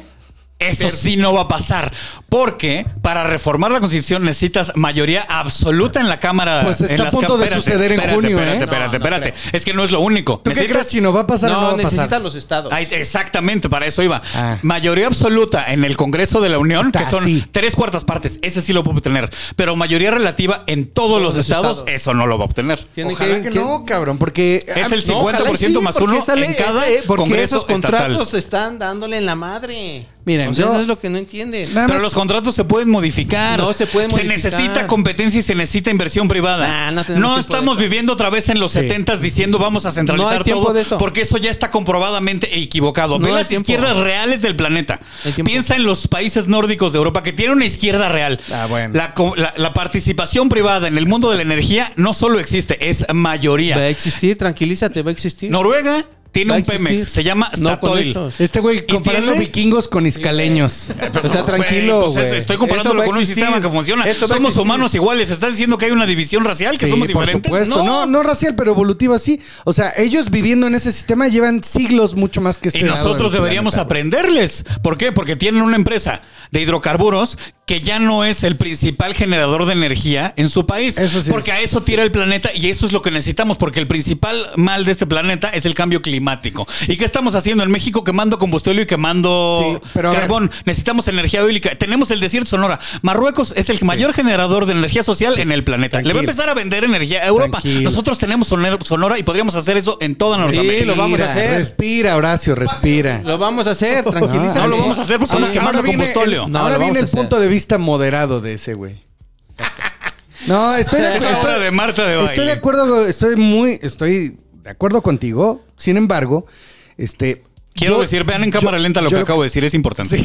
Eso sí no va a pasar, porque para reformar la Constitución necesitas mayoría absoluta en la Cámara.
Pues está
en
a
las
punto
cam-
de
espérate,
suceder en
espérate,
junio,
Espérate,
¿eh?
espérate,
No, no
espérate. es que no es lo único.
¿Tú qué crees si no va a pasar o no va
No,
a pasar?
necesitan los estados.
Ay, exactamente, para eso iba.
Ah.
Mayoría absoluta en el Congreso de la Unión,
Está
que son
así.
tres cuartas partes, ese sí lo puede obtener. Pero mayoría relativa en todos, los,
los
estados,
estados.
eso no lo va a obtener.
Tienen
Ojalá que, no, cabrón, porque...
Es el
No,
50%
ojalá y
más
porque
uno
esa ley-
en cada
eh, porque
congreso
esos
estatal.
contratos están dándole en la madre.
Miren,
O sea,
yo-
eso es lo que no entienden.
Nada
Pero
más-
los contratos se pueden modificar.
No se pueden modificar.
necesita competencia y se necesita inversión privada.
Nah, no tenemos tiempo
estamos
de eso.
viviendo otra vez en los
Sí.
70s diciendo vamos a
No
centralizar
hay tiempo
todo.
de eso.
Porque eso ya está comprobadamente equivocado.
No
Ve
hay
las
tiempo.
izquierdas reales del planeta.
Hay tiempo.
Piensa en los países nórdicos de Europa que tienen una izquierda real.
Ah, bueno.
la, co- la- la participación privada en el mundo de la energía no solo existe, es mayoría.
Va a existir, tranquilízate, va a existir.
Noruega tiene
Va a
un
existir.
Pemex, se llama
No con
Statoil.
estos.
Este güey comparando
tiene-
vikingos con iscaleños. O sea,
Güey,
tranquilo,
pues,
güey.
estoy
Eso va
comparándolo
a
con un
existir.
sistema que funciona.
Eso va a
Somos
existir.
humanos iguales. ¿Estás diciendo que hay una división racial? ¿Que
Sí,
somos
por
diferentes?
supuesto. No. no, racial, pero evolutiva sí. O sea, ellos viviendo en ese sistema llevan siglos mucho más que este
Y
lado
nosotros
del
deberíamos
planeta, güey.
aprenderles. ¿Por qué? Porque tienen una empresa de hidrocarburos que ya no es el principal generador de energía en su país.
Eso sí
porque
es.
a eso tira el planeta y eso es lo que necesitamos. Porque el principal mal de este planeta es el cambio climático. ¿Y qué estamos haciendo en México? Quemando combustible y quemando
Sí, pero a ver.
carbón. Necesitamos energía eólica. Tenemos el desierto Sonora. Marruecos es el mayor generador de energía social en el planeta. Le va a
Tranquilo.
empezar a vender energía a Europa.
Tranquilo.
Nosotros tenemos Sonora- Sonora y podríamos hacer eso en toda Norteamérica.
Sí, lo vamos a
Respira,
hacer.
Respira, Horacio, respira.
Lo vamos a hacer, tranquilízate.
No lo vamos a hacer pues porque
Ahora-
estamos quemando
ahora viene
combustóleo.
el-
No,
ahora
lo
viene el
vamos a
punto de vista moderado de ese güey. No, estoy de
Es la
acuerdo.
hora de Marta de baile.
Estoy de acuerdo, estoy muy, estoy de acuerdo contigo. Sin embargo, este.
Quiero
yo-
decir, vean en
yo-
cámara lenta lo
yo
que acabo de decir, es importante.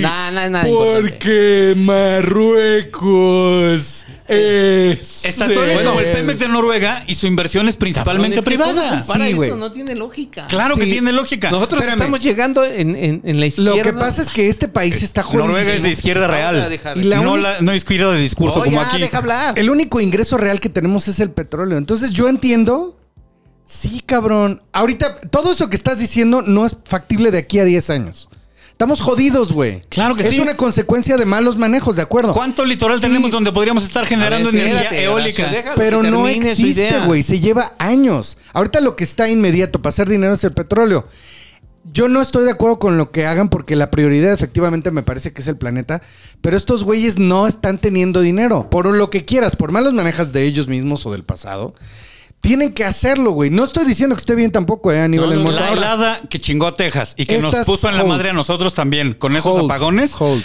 No, no, no.
Porque Marruecos es.
Estatuel es como el Pemex de Noruega y su inversión es principalmente privada.
compara
Para
Sí, güey.
eso no tiene lógica.
Claro que
Sí.
tiene lógica.
Nosotros
Espérame.
estamos llegando en, en- en la izquierda.
Lo que pasa es que este país está jodido.
Noruega es de izquierda
Vamos a
real.
dejar-
Y la
no,
uni-
la, no izquierda de discurso
Oh,
como
ya,
aquí.
deja hablar.
El único ingreso real que tenemos es el petróleo. Entonces yo entiendo. Sí, cabrón. Ahorita, todo eso que estás diciendo no es factible de aquí a 10 años. Estamos jodidos, güey.
Claro que
es
sí.
Es una consecuencia de malos manejos, ¿de acuerdo?
¿Cuánto litoral
Sí.
tenemos donde podríamos estar generando
A ver,
energía
espérate,
eólica?
Horacio, deja-
Pero
que
no
termine su
existe,
idea.
güey. Se lleva años. Ahorita lo que está inmediato para hacer dinero es el petróleo. Yo no estoy de acuerdo con lo que hagan porque la prioridad efectivamente me parece que es el planeta, pero estos güeyes no están teniendo dinero, por lo que quieras, por malos manejas de ellos mismos o del pasado. Tienen que hacerlo, güey. No estoy diciendo que esté bien tampoco, eh, a nivel
No, no,
del
no,
mundo.
La
Ahora,
helada que chingó a Texas y que nos
Estas-
puso en la
hold.
madre a nosotros también con esos
hold,
apagones,
hold.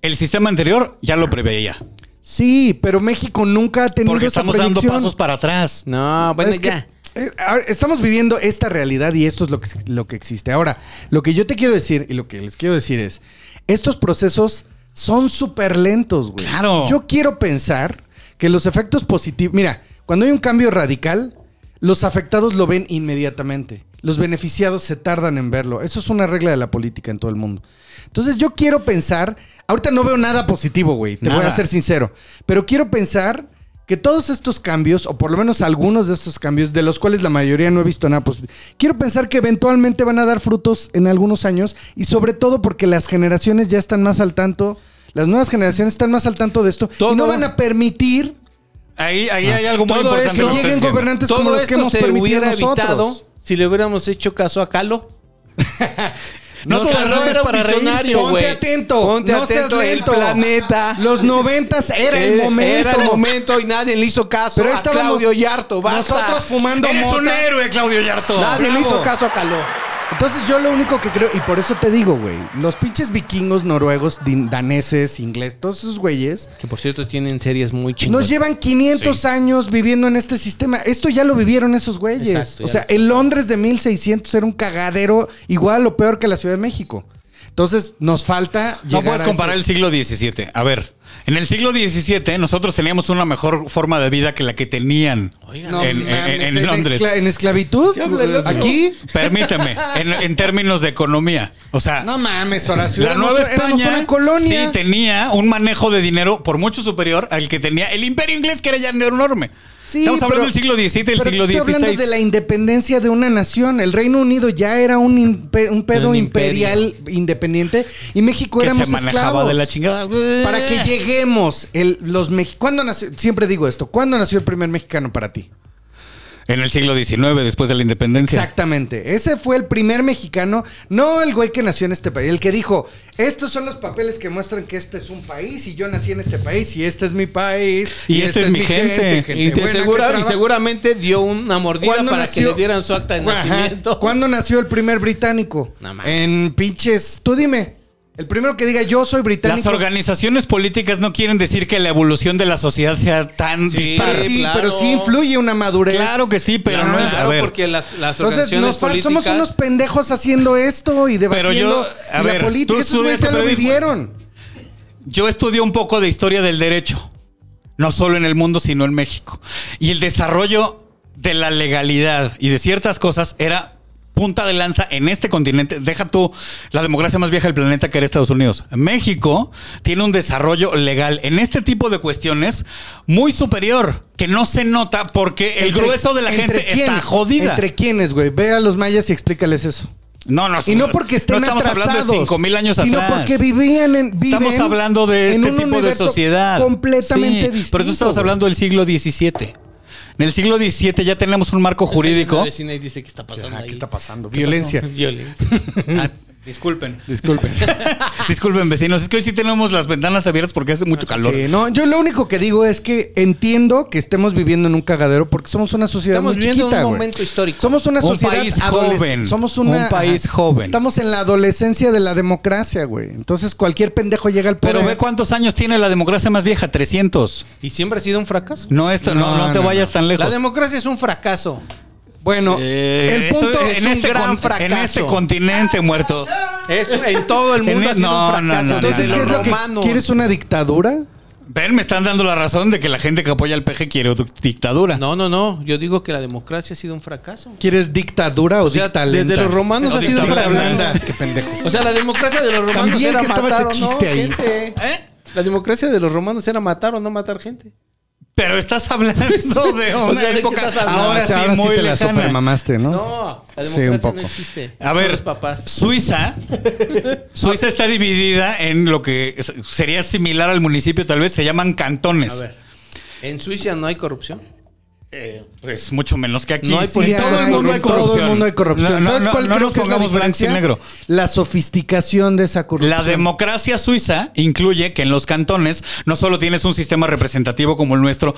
el sistema anterior ya lo preveía.
Sí, pero México nunca ha tenido
Porque
esa
estamos dando
proyección.
pasos para atrás.
No, bueno,
Es que,
ya.
eh, ahora estamos viviendo esta realidad y esto es lo que, lo que existe. Ahora, lo que yo te quiero decir y lo que les quiero decir es, estos procesos son súper lentos, güey.
Claro.
Yo quiero pensar que los efectos positivos, mira, cuando hay un cambio radical, los afectados lo ven inmediatamente. Los beneficiados se tardan en verlo. Eso es una regla de la política en todo el mundo. Entonces yo quiero pensar, ahorita no veo nada positivo, güey, te voy
Nada.
a ser sincero, pero quiero pensar que todos estos cambios, o por lo menos algunos de estos cambios, de los cuales la mayoría no he visto nada positivo, quiero pensar que eventualmente van a dar frutos en algunos años y sobre todo porque las generaciones ya están más al tanto, las nuevas generaciones están más al tanto de esto
Todo-
y no van a permitir
Ahí, ahí hay algo muy
Todo
importante.
esto-
que
lo
lleguen
estás diciendo.
gobernantes como
Todo
los que
esto
hemos
se
permitido
hubiera
nosotros.
evitado si le hubiéramos hecho caso a Calo.
No te
o sea,
agarrabas
era un
para reírse.
visionario,
Ponte
güey.
atento,
Ponte
no seas
atento,
lento.
el planeta. Eh,
Los noventas era el
Era-
momento.
Era el momento y nadie le hizo caso
Pero
a
estábamos
Claudio Yarto. Basta.
nosotros fumando
Eres un
mota.
héroe, Claudio Yarto.
Nadie le hizo
Bravo.
caso a Caló.
Entonces yo lo único que creo, y por eso te digo, güey, los pinches vikingos, noruegos, din- daneses, ingleses, todos esos güeyes,
Que por cierto tienen series muy
nos
chingonas.
llevan 500
Sí.
años viviendo en este sistema. Esto ya lo vivieron esos güeyes.
Exacto, ya
o sea,
lo-
el Londres de 1600 era un cagadero igual o peor que la Ciudad de México. Entonces nos falta...
No
llegar
puedes
a
comparar
ese-
el siglo XVII. A ver, en el siglo XVII nosotros teníamos una mejor forma de vida que la que tenían
Oigan,
No,
en, en-
mames,
en Londres.
escla- en esclavitud,
Ya habla el otro.
aquí...
Permíteme, en, en términos de economía. O sea,
No mames, Horacio.
la
éramos-
Nueva
éramos
España
una colonia.
sí tenía un manejo de dinero por mucho superior al que tenía el imperio inglés, que era ya enorme.
Sí,
Estamos hablando
pero-
del siglo XVII, del
pero te
siglo
estoy hablando de
XVI.
la independencia de una nación. El Reino Unido ya era un, impe- un pedo
Un imperio.
imperial independiente y México
Que se
éramos
manejaba
esclavos.
de la chingada.
para que lleguemos el- los mexicanos. ¿Cuándo nació? Siempre digo esto. ¿Cuándo nació el primer mexicano para ti?
En el siglo XIX, después de la independencia.
Exactamente. Ese fue el primer mexicano, no el güey que nació en este país, el que dijo, estos son los papeles que muestran que este es un país y yo nací en este país y este es mi país este
Y esta es mi gente".
y, te
buena que
asegura- y
trabaja".
seguramente dio una mordida
¿Cuándo
para que
nació-
le dieran su acta de
Ajá.
nacimiento.
¿Cuándo nació el primer británico?
No mames.
en pinches. Tú dime. El primero que diga yo soy
Las
británico.
organizaciones políticas no quieren decir que la evolución de la sociedad sea tan
Sí,
dispar.
Sí,
Claro.
pero sí influye una madurez.
Claro que sí, pero no es. A
Claro,
ver.
porque las, las
Ah, Entonces,
organizaciones
nos fal- somos
políticas-
unos pendejos haciendo esto y debatiendo
Pero yo- a
y
ver,
la política.
tú
Esos güeyes
estudiaste
ya lo
periodismo.
vivieron.
Yo estudié un poco de historia del derecho, no solo en el mundo, sino en México. Y el desarrollo de la legalidad y de ciertas cosas era punta de lanza en este continente. Deja tú la democracia más vieja del planeta que era Estados Unidos. México tiene un desarrollo legal en este tipo de cuestiones muy superior, que no se nota porque el
Entre-
grueso de la
¿entre
gente
quién?
está jodida.
¿Entre quiénes, güey? Ve a los mayas y explícales eso.
No, no,
Y no porque estén
no estamos
atrasados,
hablando de 5000 años
sino
atrás.
porque vivían en viven
Estamos hablando de
en
este
un
tipo de
universo
sociedad.
completamente
Sí,
distinto.
Pero tú estamos
güey.
hablando del siglo XVII. En el siglo XVII ya tenemos un marco jurídico.
La vecina y dice que está pasando
Ah,
ahí.
¿Qué está pasando? Violencia.
Violencia.
Ah, disculpen.
Disculpen.
Disculpen, vecinos. Es que hoy sí tenemos las ventanas abiertas porque hace mucho calor.
Sí, no, yo lo único que digo es que entiendo que estemos viviendo en un cagadero porque somos una sociedad
Estamos
muy
viviendo
chiquita,
un
güey.
momento histórico.
Somos una
Un
sociedad
país
adoles-
joven.
Somos una-
Un país joven.
Estamos en la adolescencia de la democracia, güey. Entonces cualquier pendejo llega al poder.
Pero ve cuántos años tiene la democracia más vieja, 300.
¿Y siempre ha sido un fracaso?
No, esto, no,
No,
no te
no,
vayas
no.
tan lejos.
La democracia es un fracaso.
Bueno,
Eh,
el
eso-
punto
es un gran
con- En
fracaso.
este continente muerto.
Es, en todo el
En el-
mundo ha sido
no,
un
no,
fracaso.
no, no,
Desde
Entonces,
no,
¿qué es
los
lo que
romanos.
quieres una dictadura?
Ven, me están dando la razón de que la gente que apoya al PG quiere otra dictadura.
No, no, no. Yo digo que la democracia ha sido un fracaso.
¿Quieres dictadura o,
O sea,
dicta
desde
lenta?
los romanos
No,
ha sido un
dictadura
fracaso.
blanda. Qué pendejo.
O sea, la democracia de los romanos
También
era
que estaba
matar
ese
o no
chiste ahí.
gente. La democracia de los romanos era matar o no matar gente.
Pero estás hablando de una
O sea, ¿de qué
época
estás hablando?
ahora
O sea,
sí
ahora sí
muy
te la
lejana.
supermamaste, ¿no?
No, la democracia
Sí, un poco.
no existe.
A
Son
ver,
los papás.
Suiza, Suiza está dividida en lo que es- sería similar al municipio, tal vez se llaman
A
cantones.
ver. En Suicia no hay corrupción.
Eh, pues mucho menos que aquí.
No hay
Sí,
política,
en todo el
hay-
mundo hay
en todo
corrupción.
el mundo hay corrupción.
No, no,
¿Sabes
no,
cuál
no
creo
nos
que es la
pongamos blanco y
diferencia?
negro.
La sofisticación de esa corrupción.
La democracia suiza incluye que en los cantones no solo tienes un sistema representativo como el nuestro,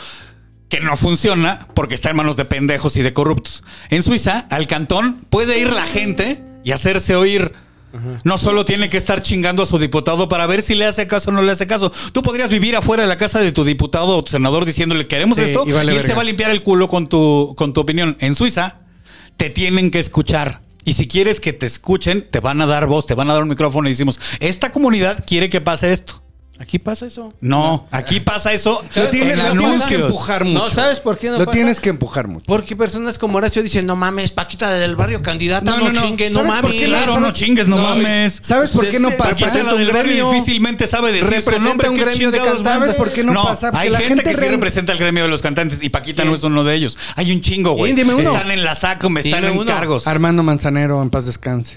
que no funciona porque está en manos de pendejos y de corruptos. En Suiza, al cantón puede ir la gente y hacerse oír. No solo tiene que estar chingando a su diputado para ver si le hace caso o no le hace caso. Tú podrías vivir afuera de la casa de tu diputado o tu senador diciéndole queremos
Sí,
esto
y
y,
vale
él se
verga.
va a limpiar el culo con tu, con tu opinión. En Suiza te tienen que escuchar. Y si quieres que te escuchen, te van a dar voz, te van a dar un micrófono y decimos, esta comunidad quiere que pase esto.
Aquí pasa eso.
No, aquí pasa eso
Lo tiene-
en
lo tienes que
anuncios.
empujar mucho.
No, ¿sabes por qué no
Lo
pasa?
tienes que empujar mucho.
Porque personas como Horacio dicen, no mames, Paquita del barrio candidata,
No,
no,
no, no.
chingue, no
¿Sabes por
mames.
qué
Claro,
¿Sabes?
no chingues, no,
No,
mames.
¿Sabes por qué no
Sí,
pasa?
sí,
Paquita
Representa
la del
un
barrio
gremio.
difícilmente sabe decir su
Representa
nombre.
un
¿qué
gremio de
chingados
cantantes.
manda?
¿Por qué no pasa? Porque
Hay
la
gente,
gente
que sí
real-
representa el gremio de los cantantes y Paquita no es uno de ellos. Hay un chingo, güey.
Sí, dime uno.
Están en la saco, me están
Dime
en
uno.
cargos.
Armando Manzanero, en paz descanse.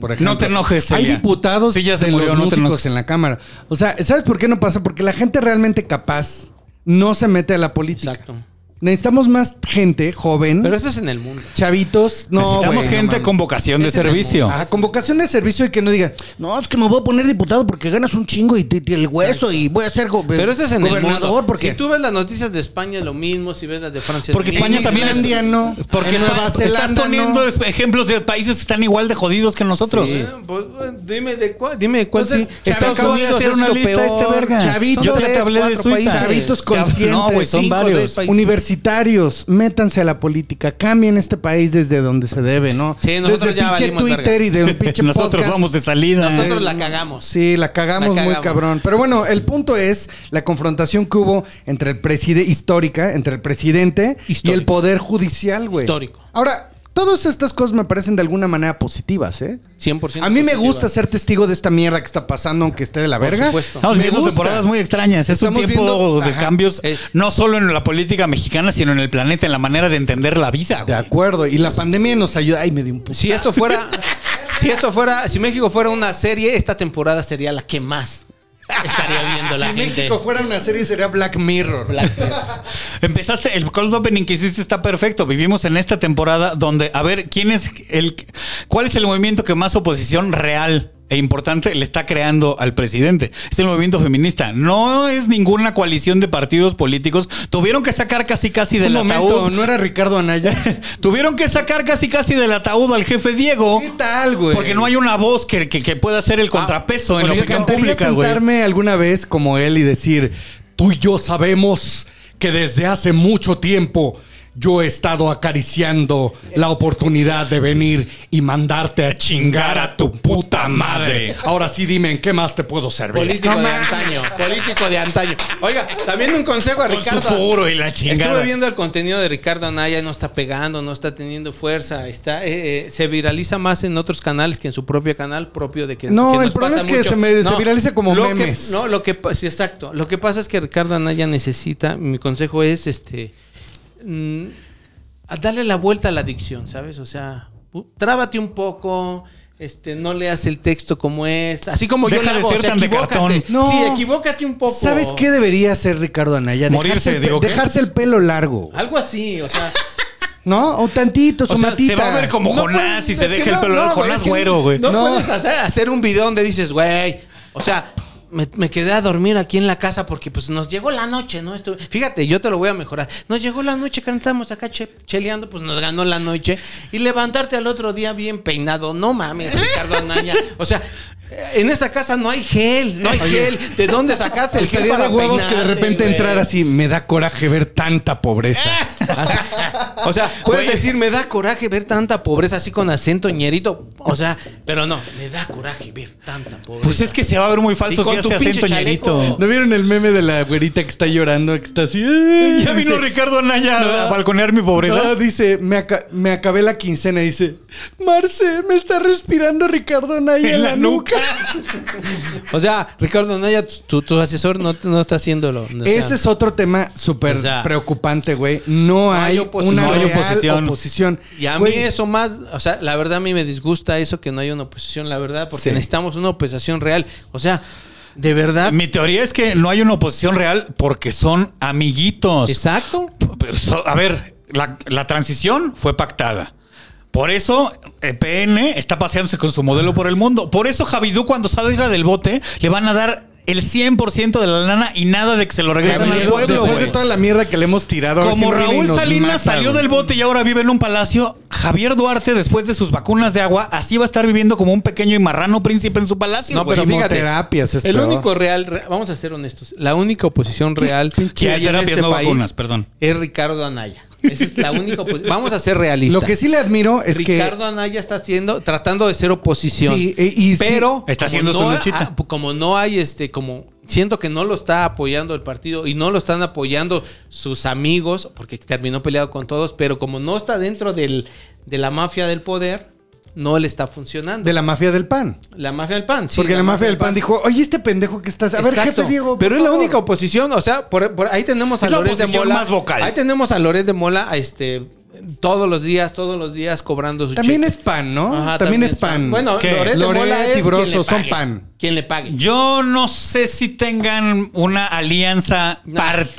Por ejemplo.
No te enojes,
Hay
Celia.
diputados
Sí, ya se
de
murió,
los
no te
músicos
enojes.
en la Cámara. O sea, ¿sabes por qué no pasa? Porque la gente realmente capaz no se mete a la política.
Exacto.
Necesitamos más gente joven,
Pero eso es en el mundo.
chavitos. No,
Necesitamos
güey, no
gente
mames. Ah,
con vocación de
Ese no.
servicio.
Ajá, con vocación de servicio y que no diga,
No, es que me voy a poner diputado porque ganas un chingo y, te- te el hueso y voy a ser go-
Pues,
Pero eso es en el
gobernador
mundo.
porque
Si tú ves las noticias de España, lo mismo. Si ves las de Francia,
Porque
lo
España
mismo.
también es.
Islandia no,
Porque
en
Espa-
Nueva
estás
Zelanda
poniendo
no.
es- ejemplos de países que están igual de jodidos que nosotros.
Sí, pues, bueno, dime de cuál, dime de cuál
Entonces,
sí.
Chavito,
Estados Unidos
acabo de
hacer
hacer
una
lo
lista de este
peor.
verga.
Chavito,
Yo ya
tres,
te hablé de
cuatro
Suiza.
países. Chavitos
Te hab- No,
conscientes,
güey, son
cinco, seis
varios.
países.
Universitarios, métanse a la política, cambien este país desde donde se debe, ¿no?
Sí, nosotros
desde
ya
pinche
valimos
Twitter
verga.
y de un pinche
Nosotros
podcast.
vamos de salida.
Nosotros la cagamos.
Sí, la cagamos,
La cagamos.
muy cabrón. Pero bueno, el punto es la confrontación que hubo entre el presidente histórica, entre el presidente y
Histórico.
el poder judicial, güey.
Histórico.
Ahora, todas estas cosas me parecen de alguna manera positivas, ¿eh?
100%.
A mí me
positiva.
gusta ser testigo de esta mierda que está pasando, aunque esté de la verga.
supuesto.
Estamos
Me
viendo
gusta.
temporadas muy extrañas. Es
Estamos
un tiempo
viendo-
de
Ajá.
cambios,
Eh.
no solo en la política mexicana, sino en el planeta, en la manera de entender la vida.
De
güey.
acuerdo. Y la pandemia nos ayuda. Ay, me dio un puto.
Si esto fuera, si esto fuera, si México fuera una serie, esta temporada sería la que más estaría viendo la
si
gente.
México fuera una serie sería Black Mirror.
Empezaste, el cold opening que hiciste está perfecto. Vivimos en esta temporada donde, a ver, ¿quién es el, cuál es el movimiento que más oposición real e importante le está creando al presidente. Es el movimiento feminista. No es ninguna coalición de partidos políticos. Tuvieron que sacar casi casi
Un
del
momento,
ataúd.
¿no era Ricardo Anaya?
Tuvieron que sacar casi casi del ataúd al jefe Diego.
¿Qué tal, güey?
Porque no hay una voz que, que, que pueda ser
Ah,
el contrapeso
pues
en la
Porque
opinión
encantaría
pues, pública, güey.
sentarme alguna vez como él y decir, tú y yo sabemos que desde hace mucho tiempo yo he estado acariciando la oportunidad de venir y mandarte a chingar a tu puta madre. Ahora sí dime, ¿en qué más te puedo servir?
Político de antaño, político de antaño. Oiga, también un consejo a
Con su
Ricardo.
puro y la
Estuve
chingada.
viendo el contenido de Ricardo Anaya, no está pegando, no está teniendo fuerza, está eh, eh, se viraliza más en otros canales que en su propio canal propio de que
No,
que
el problema
pasa
es que se me- se viraliza como
lo que-
memes.
no, lo que pa- sí, exacto. Lo que pasa es que Ricardo Anaya necesita, mi consejo es este mm, a darle la vuelta a la adicción, ¿sabes? O sea, pu- trábate un poco, este, no leas el texto como es, así como yo
Deja
le
de
hago,
ser
o sea,
tan de
equivócate.
cartón.
No.
Sí, equivócate un poco.
¿Sabes qué debería hacer Ricardo Anaya? Dejarse
Morirse,
el pe-
digo, ¿qué?
Dejarse el pelo largo,
Algo así, o sea,
¿no? O tantito, su
O sea,
matita.
se va a ver como
No
Jonás
puedes-
y se
es que
deja el
no,
pelo
no,
largo.
güey, es
Jonás
que
Güero, güey.
No,
No.
puedes hacer, hacer un video donde dices, güey, o sea, me, me quedé a dormir aquí en la casa porque pues nos llegó la noche, ¿no? Esto, fíjate, yo te lo voy a mejorar. Nos llegó la noche, que estamos acá che- cheleando, pues nos ganó la noche. Y levantarte al otro día bien peinado, no mames, Ricardo Anaya. O sea, eh, en esta casa no hay gel, no hay gel. ¿De dónde sacaste el gel
Estaría
para
de huevos que de
peinarte,
repente
güey?
entrar así, me da coraje ver tanta pobreza.
O sea, puedes
Güey.
decir, me da coraje ver tanta pobreza así con acento ñerito. O sea, pero no, me da coraje ver tanta pobreza.
Pues es que se va a ver muy falso
Y con
si
tu
hace
pinche
acento
chaleco.
ñerito.
¿No vieron el meme de la güerita que está llorando, que está así?
Ya vino Ricardo Anaya a balconear mi pobreza.
No, Ah, dice, me, aca- me acabé la quincena. Dice, Marce, me está respirando Ricardo Anaya en, la, nuca.
O sea, Ricardo Anaya, tu, tu asesor no, no está haciéndolo. O sea,
Ese es otro tema súper
O sea,
preocupante, güey. No, hay,
oposición.
una
No hay
real
oposición.
oposición.
Y a
Güey,
mí eso más, o sea, la verdad a mí me disgusta eso que no hay una oposición, la verdad, porque
Sí.
necesitamos una oposición real. O sea, de verdad.
Mi teoría es que no hay una oposición real porque son amiguitos.
Exacto.
Pero so- A ver, la, la transición fue pactada. Por eso EPN está paseándose con su modelo por el mundo. Por eso Javidú cuando salga del bote le van a dar el 100% de la lana y nada de que se lo regresen al
Javidú,
pueblo.
después
güey.
de toda la mierda que le hemos tirado. ahora
Como
sí viene y
Raúl
nos
Salinas
mata,
salió
güey.
del bote y ahora vive en un palacio, Javier Duarte, después de sus vacunas de agua, así va a estar viviendo como un pequeño y marrano príncipe en su palacio.
No,
güey.
pero fíjate,
Quimioterapias es
el
peor.
único real, re- vamos a ser honestos, la única oposición real que hay en
Quimioterapias,
este
no
país
vacunas, perdón.
es Ricardo Anaya. Esa es la única opos- Vamos a ser realistas.
Lo que sí le admiro es que
Ricardo Anaya está haciendo, tratando de ser oposición.
Sí, eh, y- y sí,
pero
está
como
haciendo su
no,
luchita.
ah, como no hay este, como siento que no lo está apoyando el partido y no lo están apoyando sus amigos, porque terminó peleado con todos, pero como no está dentro del, de la mafia del poder, no le está funcionando.
de la mafia del pan.
la mafia del pan, sí,
Porque la, mafia del pan dijo, oye, este pendejo que estás. A ver,
Exacto.
jefe Diego. por
Pero es la
favor".
única oposición. O sea, por, por ahí tenemos a
Es la
Loret de
oposición
Mola.
más vocal.
Ahí tenemos a Loret de Mola a este, todos los días, todos los días cobrando su
También
cheque.
es pan, ¿no?
Ajá,
también, es pan.
Bueno,
¿Qué?
Loret de
Loret,
Mola es
Tibroso,
quien le
son
pague.
pan.
Quien le pague.
Yo no sé si tengan una alianza
No,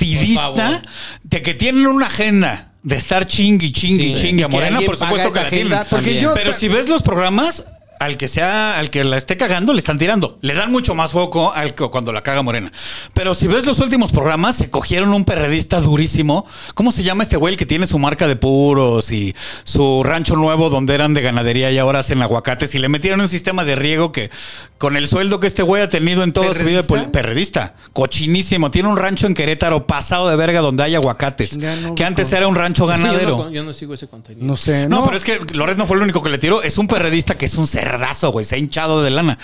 por favor.
partidista de que tienen una agenda de estar chingui, chingui,
Sí.
chingui a
Que
Morena,
alguien
por supuesto
paga
que
esa
la
agenda
tienen.
porque
también.
yo-
Pero si ves los programas, al que sea, al que la esté cagando, le están tirando. Le dan mucho más foco al que cuando la caga Morena. Pero si ves los últimos programas, se cogieron un perredista durísimo. ¿Cómo se llama este güey el que tiene su marca de puros y su rancho nuevo donde eran de ganadería y ahora hacen aguacates? Y le metieron un sistema de riego que con el sueldo que este güey ha tenido en todo su vida de poli-
¿Perredista?
perredista, cochinísimo. Tiene un rancho en Querétaro pasado de verga donde hay aguacates.
Chinga, no,
que antes
con-
era un rancho
Es que yo no
ganadero.
con- Yo no, sigo ese contenido.
No sé.
No, pero es que Loret no fue el único que le tiró. Es un perredista que es un cerdazo, güey. Se ha hinchado de lana.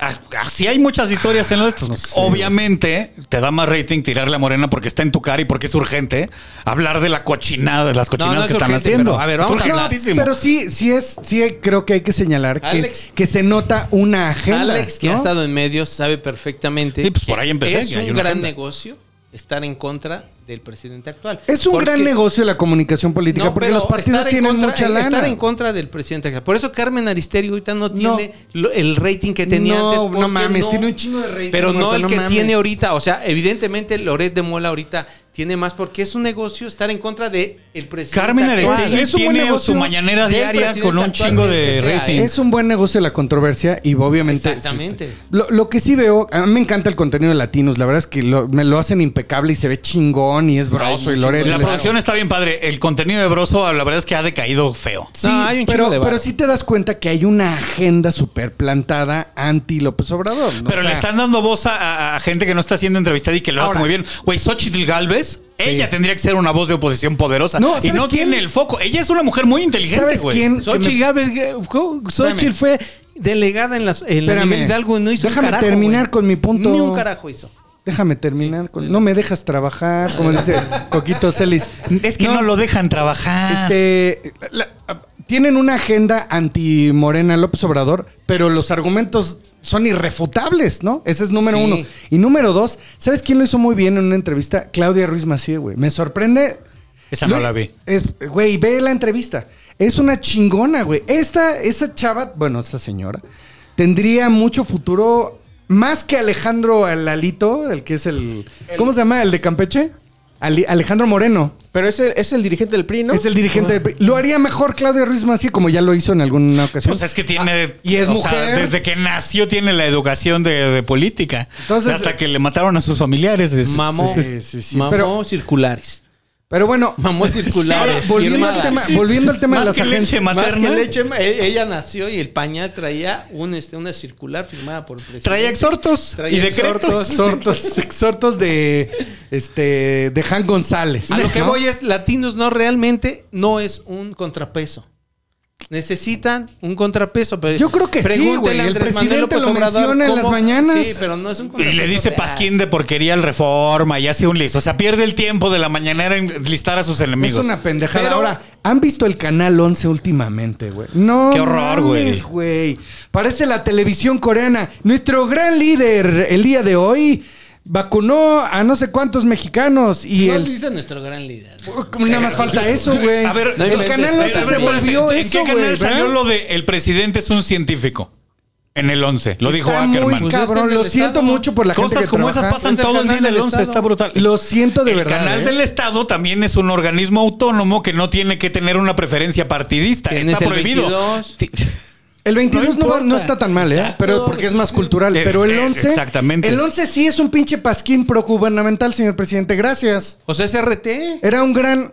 Ah, Así hay muchas historias en lo de estos.
No sé,
Obviamente, te da más rating tirarle a Morena porque está en tu cara y porque es urgente hablar de la cochinada, de las cochinadas
no es
que están
urgente,
haciendo.
pero, a ver, vamos
es
a hablar.
urgentísimo.
Pero sí, sí es, sí creo que hay que señalar que,
Alex.
que se nota una agenda.
Alex, que
¿no?
ha estado en medios, sabe perfectamente.
Sí, pues,
que
por ahí empecé,
Es
que hay
un
una
gran
agenda.
negocio estar en contra del presidente actual.
Es un
Porque-
gran negocio la comunicación política
No,
porque
pero
los
estar
partidos
en
tienen
contra-
mucha lana.
Estar en contra del presidente actual. Por eso Carmen Aristegui ahorita no tiene lo- el rating que tenía
No,
antes.
no
porque
mames, tiene un chingo de rating,
Pero no
Marta,
el
no
que
mames.
tiene ahorita. O sea, evidentemente Loret de Mola ahorita tiene más porque es un negocio estar en contra de el presidente.
Carmen
actual.
Aristegui
Aristegui
es un buen
tiene
negocio.
su mañanera
Del
diaria
presidente
con un
actual,
chingo
del
de
que sea,
rating.
¿eh?
Es un buen negocio la controversia y obviamente.
Exactamente.
existe. Lo, lo que sí veo, a mí me encanta el contenido de latinos. La verdad es que lo- me lo hacen impecable y se ve chingón y es broso y
muy
Lorena.
chingón.
La producción está bien padre. El contenido de Broso, la verdad es que ha decaído feo.
Sí,
No, hay un chingo
pero,
de varo.
pero sí te das cuenta que hay una agenda súper plantada anti López Obrador. ¿no?
Pero
O
le
sea,
están dando voz a, a- a gente que no está siendo entrevistada y que lo hace
Ahora-
muy bien. Güey, Xochitl Galvez, ella tendría que ser una voz de oposición poderosa.
No,
y
¿sabes
no
quién?
tiene el foco. Ella es una mujer muy inteligente,
¿Sabes
güey.
quién? que
Xochitl,
me-
Gálvez, eh, fue- Xochitl fue delegada en, las, en la
Espérame.
Miguel Hidalgo y no hizo un
Déjame
carajo,
terminar
güey.
con mi punto.
Ni un carajo hizo.
Déjame terminar. con- no me dejas trabajar, como dice Coquito Celis.
Es que no, lo dejan trabajar.
Este, la- la- tienen una agenda anti-Morena López Obrador, pero los argumentos son irrefutables, ¿no? Ese es número
Sí.
uno. Y número dos, ¿sabes quién lo hizo muy bien en una entrevista? Claudia Ruiz Macié, güey. Me sorprende.
Esa no
Lo-
la vi.
es- Güey, ve la entrevista. Es una chingona, güey. Esta, esa chava, bueno, esta señora, tendría mucho futuro más que Alejandro Lalito, el que es el. ¿Cómo se llama? ¿El de Campeche? Ali- Alejandro Moreno.
Pero es el, es el dirigente del PRI, ¿no?
Es el dirigente. del PRI. Lo haría mejor Claudio Ruiz Macié, como ya lo hizo en alguna ocasión.
Pues es que tiene.
Ah, y es
o
mujer.
sea, desde que nació tiene la educación de, de política.
Entonces-
Hasta que le mataron a sus familiares. Es-
Mamó,
Sí, sí, sí,
mamó
pero-
circulares.
Pero bueno,
Mamó circulares.
volviendo
firmadas.
al, tema, volviendo al tema de
Más
las
que leche
agencias.
Más que
materna.
leche, eh, ella nació y el pañal traía un, este, una circular firmada por el presidente.
Traía exhortos
Traía
y decretos.
Exhortos, exhortos, exhortos de este de Jan González.
A lo que
¿no?
voy es, latinos no realmente no es un contrapeso. Necesitan un contrapeso. pero-
Yo creo que sí,
Pregúntele
güey.
a
El
Andrés Manuel
presidente
López
lo
Obrador
menciona en las
cómo-
mañanas.
Sí, pero no es un
Y
contrapeso
le dice
real.
Pasquín de porquería al reforma y hace un listo. O sea, pierde el tiempo de la mañanera en listar a sus
Es
enemigos.
una pendejada.
Pero-
Ahora, ¿han visto el canal 11 últimamente, güey? No.
Qué horror, güey.
mames, güey. Parece la televisión coreana. Nuestro gran líder el día de hoy vacunó a no sé cuántos mexicanos y
No
el
dice nuestro gran líder.
Nada más falta eso, güey.
Eh, A ver,
el
espérate,
canal
espérate,
11 se
espérate,
volvió
¿En
eso,
qué canal
güey.
salió
¿verdad?
lo de el presidente es un científico? En el 11, lo dijo
Está
Ackerman.
muy
Pues es en
cabrón,
el
lo siento
estado.
mucho por la gente
Cosas
que
como
trabaja.
esas pasan
Es el
todo el día
canal
en el
del
11,
Estado.
está brutal.
Lo siento de
el
verdad.
canal
¿eh?
del Estado también es un organismo autónomo que no tiene que tener una preferencia partidista.
¿Quién
Está
es el
prohibido.
22?
Ti-
El 22 no, va-
importa.
no está tan mal, ¿eh?
Exacto.
Pero porque es más cultural.
Es-
Pero el
eh,
11.
exactamente.
El 11 sí es un pinche pasquín procubernamental, señor presidente. Gracias.
O sea, SRT.
Era un gran.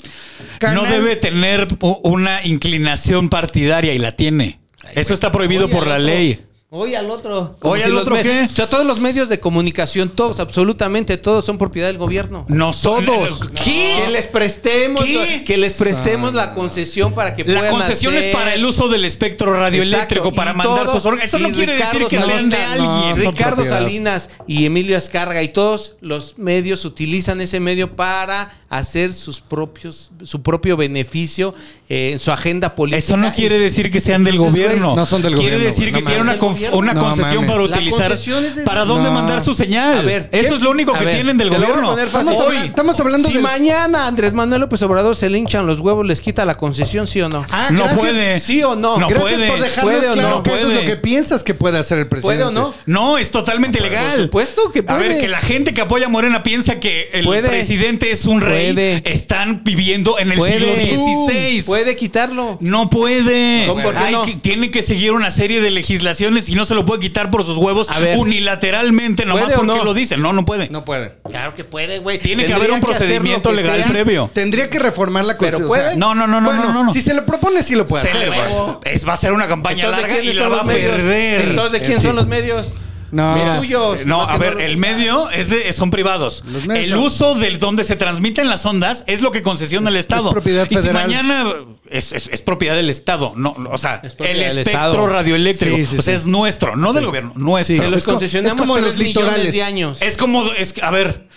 No debe tener u- una inclinación partidaria y la tiene. Eso está prohibido
Oye,
por
al
la
otro.
ley.
Oye, al otro.
Oye, al
los
otro,
me-
¿qué?
O sea, todos los medios de comunicación, todos, absolutamente todos son propiedad del gobierno.
No todos.
Que les prestemos,
¿Qué?
que les prestemos la concesión para que
La
puedan
concesión es
hacer-
para el uso del espectro radioeléctrico,
Exacto,
para
y
mandar
todos-
sus órganos. Eso
y
no quiere
Ricardo
decir que sean de
Salinas,
alguien.
no, son
Ricardo
propiedad.
Salinas y Emilio Azcárraga y todos los medios utilizan ese medio para hacer sus propios, su propio beneficio eh, en su agenda política.
Eso no quiere decir que sean del
Entonces, güey,
gobierno.
no son del
quiere
gobierno,
decir
güey, no
que tiene una,
mames.
conf-
Del gobierno.
una
No
concesión
mames.
para
La
utilizar.
concesión es de-
¿Para dónde
No.
mandar su señal?
A ver,
Eso
¿qué-
es lo único
a
que
ver,
tienen del
te lo voy a
gobierno.
poner fácil.
Estamos, habla-
Hoy.
estamos hablando
Si
de.
mañana a Andrés Manuel López Obrador se le hinchan los huevos, les quita la concesión, ¿sí o no?
Ah,
No
gracias-
puede.
¿Sí o no?
No
Gracias
puede.
por dejarnos
¿Puede o no?
claro que eso es
Puede.
lo que piensas que puede hacer el presidente.
¿Puede o no?
No, es totalmente legal.
Por supuesto que
A ver,
puede.
que la gente que apoya a Morena piensa que el
Puede.
presidente es un rey.
Puede.
Están viviendo en el siglo XVI.
Puede quitarlo.
No puede.
¿Cómo? ¿Por qué
Hay
no?
que- tiene que seguir una serie de legislaciones y no se lo puede quitar por sus huevos
A ver.
unilateralmente, nomás
¿Puede o
porque
no?
lo dicen. No, no puede.
No puede.
Claro que puede, güey.
tiene que
Tendría
haber un
hacer
procedimiento
lo que
legal
sea.
previo.
Tendría que reformar la
Pero
constitución.
puede.
No, no, no, no,
Bueno,
no, no, no.
Si se lo propone, sí lo puede
Se le
hacer. güey.
va, es, va a ser una campaña
Entonces,
larga y
¿quiénes
la
son
va a
los medios?
perder.
Entonces, ¿de quién
Sí.
son los medios?
No.
Mira, tuyos.
No,
Los que
a ver,
no-
el medio es de, son privados.
Los medios
El
son-
uso del donde se transmiten las ondas es lo que concesiona el Estado.
propiedad
y si
federal.
mañana es, es- es propiedad del Estado, no, o sea,
Es propiedad
el
del
espectro
Estado.
radioeléctrico,
Sí, sí,
o sea,
sí.
es nuestro, no del gobierno, nuestro.
Sí.
Se
Es
los
co- es
concesionamos
como
como
los
los
litorales.
litorales de años.
Es como, es, que, a ver,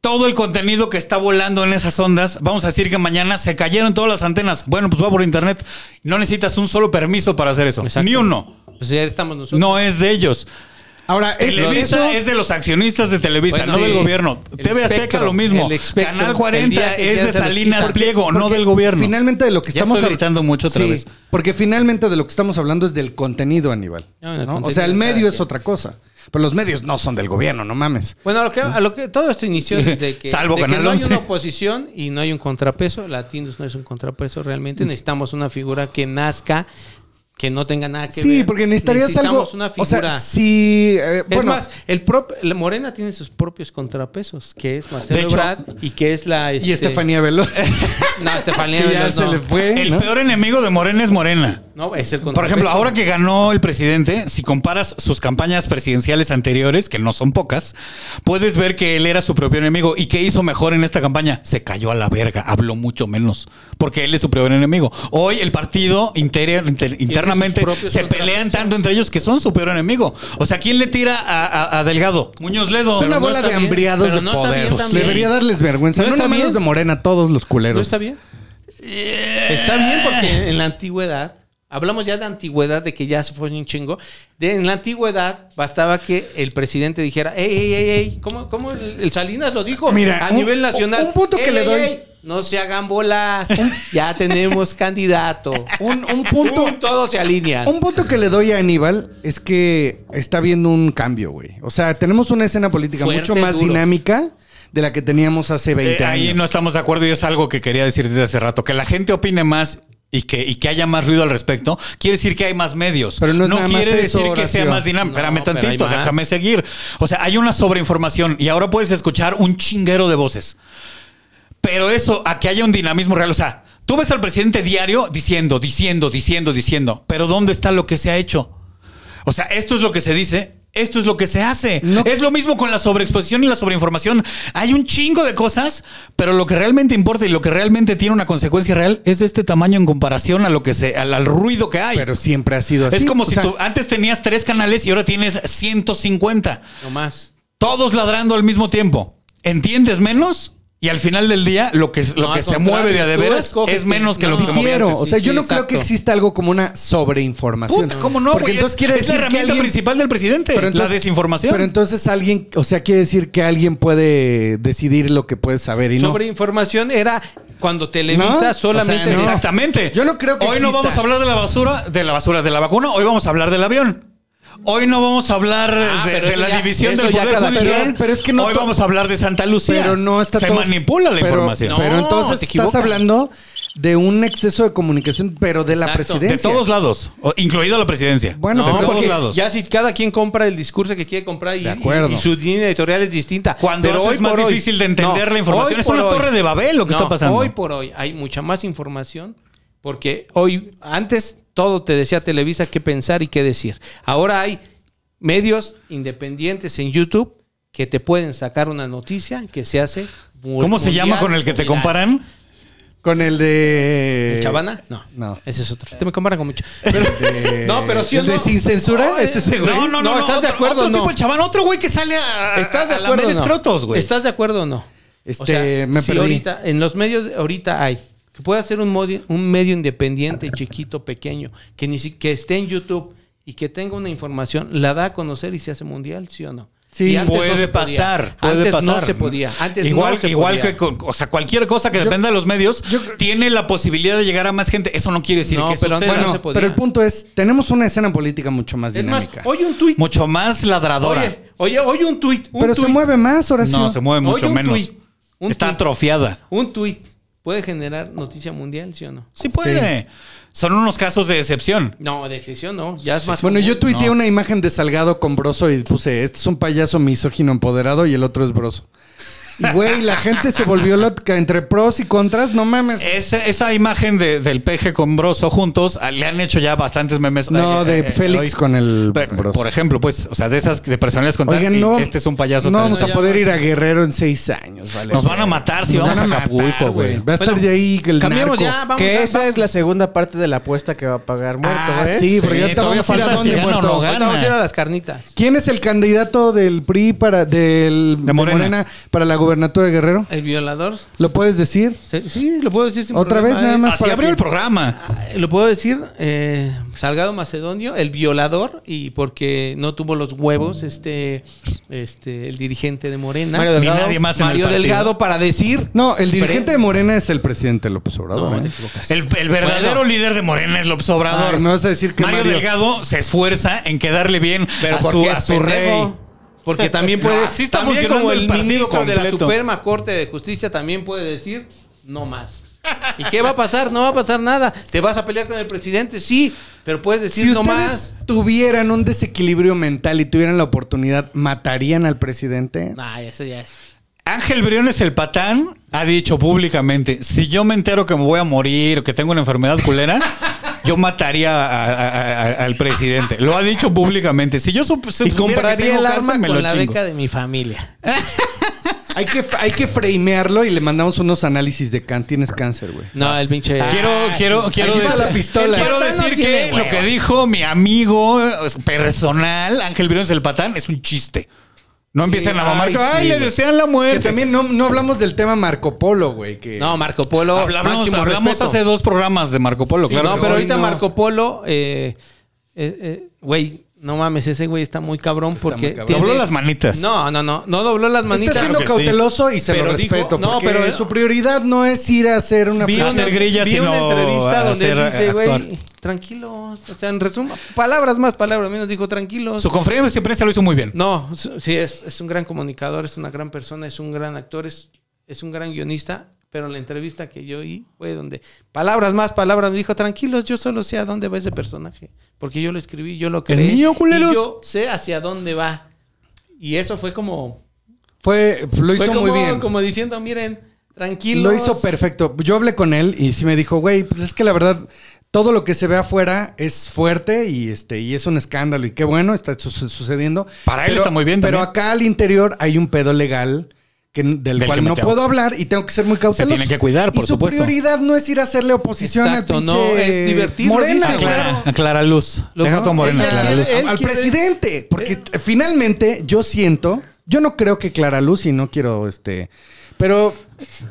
todo el contenido que está volando en esas ondas, vamos a decir que mañana se cayeron todas las antenas. Bueno, pues va por internet. No necesitas un solo permiso para hacer eso.
Exacto.
Ni uno.
Pues ya estamos nosotros.
No es de ellos.
Ahora, es-
Televisa
eso-
es de los accionistas de Televisa,
Bueno,
no
sí.
del gobierno.
El
TV Azteca
espectro,
lo mismo.
el espectro,
Canal
el día
40
que
es
ya
de
se los
Salinas
quita.
Pliego, no
Porque
del gobierno.
Finalmente de lo que
Ya
estamos
estoy
hab-
gritando mucho otra vez.
Porque finalmente de lo que estamos hablando es del contenido, Aníbal.
Ah, del
¿no?
contenido
O sea, el
de cada
medio es
quien.
otra cosa. Pero los medios no son del gobierno, no mames.
Bueno, a lo que, a lo que todo esto inició desde que,
Salvo
de que
Canal
no hay
11.
una oposición y no hay un contrapeso. Latinos no es un contrapeso
Mm.
realmente. Necesitamos una figura que nazca, que no tenga nada que ver.
Sí, porque necesitarías algo.
Necesitamos una
O
figura.
sea, si. eh,
Es
bueno,
más, el prop- la Morena tiene sus propios contrapesos, que es Marcelo
De hecho-
Ebrard y que es la...
y
este-
Estefanía Veloz.
No, Estefanía
que ya
Veloz
se
no.
le fue.
El
¿no?
peor enemigo de Morena es Morena.
No, es el
Por
contrapeso.
ejemplo, ahora que ganó el presidente, si comparas sus campañas presidenciales anteriores, que no son pocas, puedes ver que él era su propio enemigo. ¿Y qué hizo mejor en esta campaña? Se cayó a la verga, habló mucho menos, porque él es su peor enemigo. Hoy el partido interior- inter- internamente
propios
se pelean
contrapesos.
tanto entre ellos que son su peor enemigo. O sea, ¿quién le tira a, a- a Delgado? Muñoz Ledo.
Es una
no
bola
está
de
bien,
hambriados
pero
de
no está
poder.
bien
Pues
también.
Debería darles vergüenza.
No
No,
está
nada más
bien.
los de Morena, todos los culeros.
¿No está bien?
Eh.
Está bien porque en la antigüedad, hablamos ya de antigüedad, de que ya se fue un chingo. De, en la antigüedad bastaba que el presidente dijera, ey, ey, ey, ey, ¿cómo, cómo el, el Salinas lo dijo?
Mira,
a
un-
nivel nacional.
un punto que
"Ey,
le
ey,
doy".
ey, no se hagan bolas, ya tenemos candidato.
Un, un punto.
Pum, Todos se alinean.
Un punto que le doy a Aníbal es que está viendo un cambio, güey. O sea, tenemos una escena política
Fuerte,
mucho más
duro.
dinámica de la que teníamos hace 20
Eh,
años.
ahí no estamos de acuerdo y es algo que quería decir desde hace rato. Que la gente opine más y que, y que haya más ruido al respecto, quiere decir que hay más medios.
Pero no es nada
quiere
más eso,
decir que sea
Horacio.
más dinámico.
No,
Espérame
pero hay
tantito,
más.
déjame seguir. O sea, hay una sobreinformación y ahora puedes escuchar un chinguero de voces. Pero eso, a que haya un dinamismo real, o sea, tú ves al presidente diario diciendo, diciendo, diciendo, diciendo, pero ¿dónde está lo que se ha hecho? O sea, esto es lo que se dice, esto es lo que se hace.
No-
Es lo mismo con la sobreexposición y la sobreinformación. Hay un chingo de cosas, pero lo que realmente importa y lo que realmente tiene una consecuencia real es de este tamaño en comparación a lo que se, al, al ruido que hay.
Pero siempre ha sido así.
es como
O
si
sea,
tú ah, antes tenías tres canales y ahora tienes 150
No más.
todos ladrando al mismo tiempo. ¿Entiendes menos? Y al final del día, lo que, lo
No,
que
al
se
contrario,
mueve de a de
tú
veras
escoges
es menos que
no.
lo que se movía
Difiero.
antes.
O sea,
Sí,
yo
sí,
no creo
exacto.
que exista algo como una sobreinformación.
Puta, ¿cómo no,
Porque
güey?
entonces
Es,
quiere
es la
decir que
herramienta
alguien-
principal del presidente,
Pero entonces-
la desinformación.
Pero entonces alguien, o sea, quiere decir que alguien puede decidir lo que puede saber y no.
Sobre información era cuando Televisa
¿No?
solamente...
O sea, no.
Exactamente.
Yo no creo que
Hoy no
exista.
vamos a hablar de la basura, de la basura de la vacuna, hoy vamos a hablar del avión. Hoy no vamos a hablar
Ah,
de,
pero
de
eso
la
ya-
división
eso
del
ya
poder
cada-
judicial.
pero- pero es que no
hoy
to-
vamos a hablar de Santa Lucía.
Pero no está
Se
todo-
manipula la
pero-
información.
Pero
No,
entonces
te
estás
equivocas.
hablando de un exceso de comunicación, pero de la
Exacto.
presidencia.
de todos lados, o- incluido la presidencia.
Bueno,
No,
pero
todos
porque
lados.
Ya si cada quien compra el discurso que quiere comprar y,
De acuerdo.
y- y su línea editorial es distinta.
Cuando
Pero
haces
hoy
más
por hoy-
difícil de entender
No,
la información.
hoy
Es
por
una
hoy-
torre de Babel lo que
No,
está pasando.
Hoy por hoy hay mucha más información porque hoy, antes todo te decía Televisa qué pensar y qué decir. Ahora hay medios independientes en YouTube que te pueden sacar una noticia que se hace. mu-
¿Cómo se llama
mundial
con el que te
viral.
comparan?
Con el de.
¿El Chavana? No.
No.
Ese es otro. Te me comparan con mucho. Pero-
de-
no, pero sí o
¿El de
no.
sin censura?
No,
¿Ese es el güey?
No, no, no.
¿estás
otro-
de acuerdo
Otro
o no?
tipo de chabán, otro güey que sale a,
¿Estás de
a
acuerdo?
lamer
o no?
escrotos, güey.
¿Estás de acuerdo o no?
Este,
O sea,
me
si
perdí.
ahorita, en los medios, ahorita hay. Que pueda ser un, modi- un medio independiente, chiquito, pequeño, que, ni si- que esté en YouTube y que tenga una información, la da a conocer y se hace mundial, ¿sí o no?
Sí,
Y antes no
puede
se podía.
pasar, puede
antes
pasar.
no se podía. Antes
igual,
no se
igual
podía.
que, con- o sea, cualquier cosa que dependa de los medios tiene la posibilidad de llegar a más gente. Eso no quiere decir
No,
que
pero
suceda.
antes no se
Bueno,
podía.
pero el punto es: tenemos una escena política mucho más
Es más,
dinámica.
hoy un tuit.
mucho más ladradora.
Oye, oye, hoy un tuit. un
pero se
tuit.
mueve más, ahora sí.
no, se mueve
Oye,
mucho
un
menos.
tuit, un
Está
tuit.
atrofiada.
Un tuit puede generar noticia mundial, ¿sí o no?
Sí puede. Son unos casos de excepción.
No, de excepción no. Ya es más
Bueno,
común.
yo tuiteé
No.
una imagen de Salgado con Broso y puse: Este es un payaso misógino empoderado y el otro es Broso. Y güey, la gente se volvió loca entre pros y contras. No mames.
Esa, esa imagen de- del peje con Broso juntos ah, le han hecho ya bastantes memes.
No,
Eh,
de
eh, eh,
Félix
hoy.
con el
Pero,
Broso.
Por ejemplo, pues, o sea, de esas de personalidades con
Oigan, no,
este es un payaso.
no
tal.
vamos a poder ir a Guerrero en seis años. vale.
Nos van a matar si
Nos
vamos a
van a
Acapulco,
matar,
güey.
Va a estar
Bueno,
de ahí que el
cambiemos
narco.
ya, vamos.
que
ya,
esa
vamos.
es la segunda parte de la apuesta que va a pagar muerto,
Ah,
¿eh?
sí,
Sí,
porque ya te
todavía
vamos a ir a
falta
dónde,
si gana o
Puerto.
no
Ahorita
gana.
vamos a ir a las carnitas.
¿Quién es el candidato del PRI para del
De Morena.
para la gobernatura de Guerrero?
El violador.
¿Lo puedes decir?
Sí, sí, lo puedo decir sin
Otra vez,
problema,
nada
es-
más
Así
para
abrió
que-
el programa.
Ah, Lo puedo decir, eh, Salgado Macedonio, el violador, y porque no tuvo los huevos este, este el dirigente de Morena.
Mario
Ni nadie más en
Mario
el partido.
Delgado para decir.
No, el dirigente
Pre-
de Morena es el presidente López Obrador.
No,
¿eh?
te equivocas.
El, el verdadero líder de Morena es López Obrador.
Ay, me vas a decir que
Mario,
Mario-
Delgado se esfuerza en quedarle bien
Pero
a
porque
su, a
es
su rey.
pendejo. Porque también puede.
No, así está
también
funcionando
como
el
el,
partido
ministro de la
completo.
Suprema Corte de Justicia también puede decir no más. ¿Y qué va a pasar? No va a pasar nada. ¿Te vas a pelear con el presidente? Sí, pero puedes decir
Si
no
ustedes
más.
tuvieran un desequilibrio mental y tuvieran la oportunidad, ¿matarían al presidente?
Nah, eso ya es.
Ángel Briones el patán ha dicho públicamente, si yo me entero que me voy a morir o que tengo una enfermedad culera, yo mataría a- a- a- al presidente. Lo ha dicho públicamente. Si yo sup-
Y
supiera que
compraría
tengo
el
cáncer,
arma
me
con
lo
la
chingo.
beca de mi familia.
Hay que, hay que framearlo y le mandamos unos análisis de can. Tienes cáncer, güey.
No, el pinche.
Quiero, quiero, quiero,
está
decir-
la pistola.
quiero
El patán no
decir
tiene
que lo que dijo mi amigo eh, personal, Ángel Briones el patán, es un chiste. No empiecen a mamar.
Ay,
que, Ay,
sí,
le
güey.
desean la
Que
muerte.
también no, no hablamos del tema Marco Polo, güey. Que...
No, Marco Polo.
Hablamos,
máximo
hablamos
respeto.
hace dos programas de Marco Polo,
Sí,
claro.
No,
que
pero
sí.
ahorita
no.
Marco Polo, eh, eh, eh, güey, no mames, ese güey está muy cabrón porque.
muy cabrón.
tiene-
Dobló las manitas.
No, no, no. No dobló las manitas.
Está siendo
Claro que sí.
cauteloso y se
Pero
lo
digo-
respeto.
no,
porque
pero-
su prioridad no es ir a hacer una
Vi
No
fiesta.
una,
hacer grilla,
vi
sino
una entrevista donde él
hacer,
dice,
actuar.
güey, tranquilos. O sea, en resumen, palabras más, palabras menos, dijo tranquilos.
Su conferencia de prensa lo hizo muy bien.
No, su- sí, es, es un gran comunicador, es una gran persona, es un gran actor, es, es un gran guionista, pero la entrevista que yo oí fue donde palabras más, palabras, me dijo, tranquilos, yo solo sé a dónde va ese personaje, porque yo lo escribí, yo lo creé.
mío, culeros.
Y yo sé hacia dónde va. Y eso fue como...
Fue, lo hizo
fue como,
muy bien.
Como diciendo, miren, tranquilos.
Lo hizo perfecto. Yo hablé con él y sí me dijo, güey, pues es que la verdad, todo lo que se ve afuera es fuerte y este y es un escándalo y qué bueno, está su- su- sucediendo.
Para él está muy bien
Pero
también.
acá al interior hay un pedo legal que, n- del,
Del
cual
que me
no
tengo-
puedo hablar y tengo que ser muy cauteloso.
tiene que cuidar, por
y su
supuesto.
prioridad no es ir a hacerle oposición
Exacto,
al pinche
no, es divertirlo,
Morena,
dice,
güey.
Aclara,
claro.
aclara luz.
Lo-
Deja tu morena,
Esa-
aclara luz.
él
al
quiere- eh,
presidente. Porque t- finalmente yo siento, yo no creo que Clara Luz y no quiero este. Pero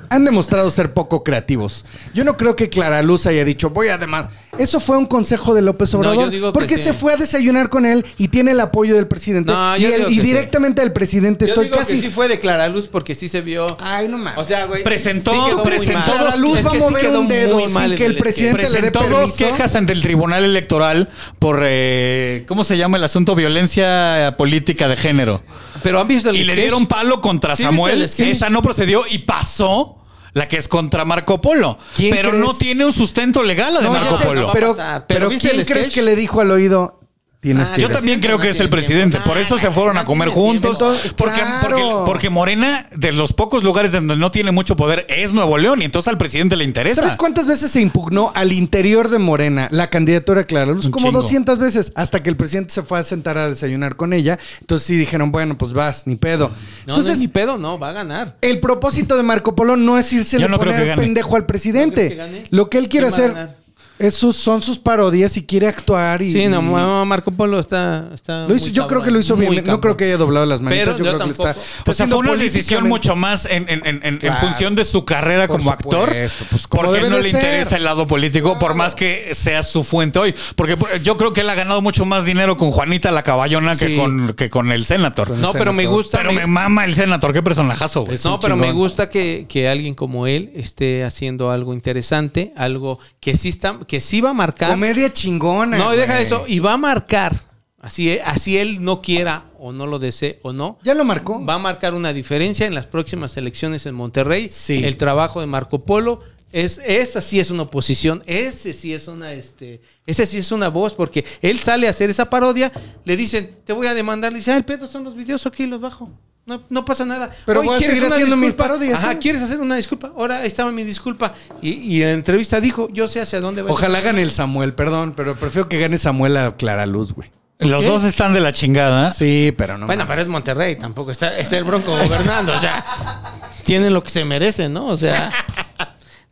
han demostrado ser poco creativos. Yo no creo que Clara Luz haya dicho, voy además. Eso fue un consejo de López
No, yo
Obrador.
digo que
porque
sí.
se fue a desayunar con él y tiene el apoyo del presidente.
No,
y
yo
él-
digo
y
que sí.
directamente del presidente
Yo
estoy
digo
casi. Ah.
que sí fue de Claraluz porque sí se vio...
Ay, no mames.
O sea, güey...
Presentó-
quedó muy
presentó
mal.
dos-
Es que
Luz va a
sí
mover
quedó
un dedo
muy
sin
mal en
que el
esquema.
presidente le dé
Presentó dos
permiso.
quejas ante el Tribunal Electoral por, eh, ¿cómo se llama el asunto? Violencia política de género.
Pero han visto el
Y le
sketch?
dieron palo contra
¿Sí
Samuel.
viste el sketch?
Esa no procedió y pasó. La que es contra Marco Polo.
¿Quién
Pero
crees?
no tiene un sustento legal la de
No, ya
Marco
sé,
Polo.
Pero,
No va a pasar.
pero
Pero ¿viste
¿quién
el
crees
sketch?
que le dijo al oído? Tienes
Ah,
que
Yo
ir a-
también
Presidente
creo
no
que es el
tiene
presidente.
tiempo.
Por eso se
Ah,
fueron
no
a comer
tiene tiempo.
juntos.
Entonces,
Porque,
claro.
porque, porque Morena, de los pocos lugares donde no tiene mucho poder, es Nuevo León. Y entonces al presidente le interesa.
¿Sabes cuántas veces se impugnó al interior de Morena la candidatura a Clara Luz?
Un
Como
chingo.
200 veces, hasta que el presidente se fue a sentar a desayunar con ella. Entonces sí dijeron, bueno, pues vas, ni pedo.
No, no
Entonces,
es mi pedo, no, va a ganar.
el propósito de Marco Polo no es irse
Yo
a
no creo que
poner
gane.
pendejo al
No
presidente.
creo que gane.
Lo que él quiere
¿Quién va a
hacer
ganar?
es sus- son sus parodias y quiere actuar. Y,
Sí, no, no, Marco Polo está. está
Lo hizo-
muy
yo creo
cabrón,
que lo hizo
muy
bien. No
cabrón.
creo que haya doblado las manitas.
Pero
yo
yo
creo que lo está.
tampoco.
está
O sea,
siendo
fue una decisión
Pues políticamente-
mucho más en, en- en- en- en
Claro.
función de su carrera
Por
como actor.
supuesto, pues, como
porque
debe
no
de
le
ser.
interesa el lado político, por más que sea su fuente hoy. Porque por- yo creo que él ha ganado mucho más dinero con Juanita la Caballona que,
Sí.
con, que con el senator.
Con
No, pero me gusta.
Pero me
me-
mama el senator, qué personajazo, güey.
no, pero me gusta que, que alguien como él esté haciendo algo interesante, algo que sí, está, que sí va a marcar.
Comedia chingona.
no, y deja
güey.
eso. Y va a marcar. Así, eh, así él no quiera o no lo desee o no.
Ya lo marcó.
Va a marcar una diferencia en las próximas elecciones en Monterrey.
Sí.
El trabajo de Marco Polo. Es, esa sí es una oposición, ese sí es una, este, ese sí es una voz, porque él sale a hacer esa parodia, le dicen, te voy a demandar, le dicen, ah, el pedo son los videos, ok, los bajo. No, no pasa nada.
Pero
Hoy
voy a
quieres
seguir
una
haciendo mis
disculpa.
parodias,
Ajá,
sí.
¿quieres hacer una disculpa? Ahora ahí estaba mi disculpa. Y, y en la entrevista dijo, yo sé hacia dónde va.
Ojalá gane el Samuel, perdón, pero prefiero que gane Samuel a Clara Luz, güey.
Los
¿Qué?
dos están de la chingada.
Sí, pero no.
Bueno,
mames.
pero es Monterrey, tampoco está, está el Bronco gobernando, o sea, tienen lo que se merecen, ¿no? O sea,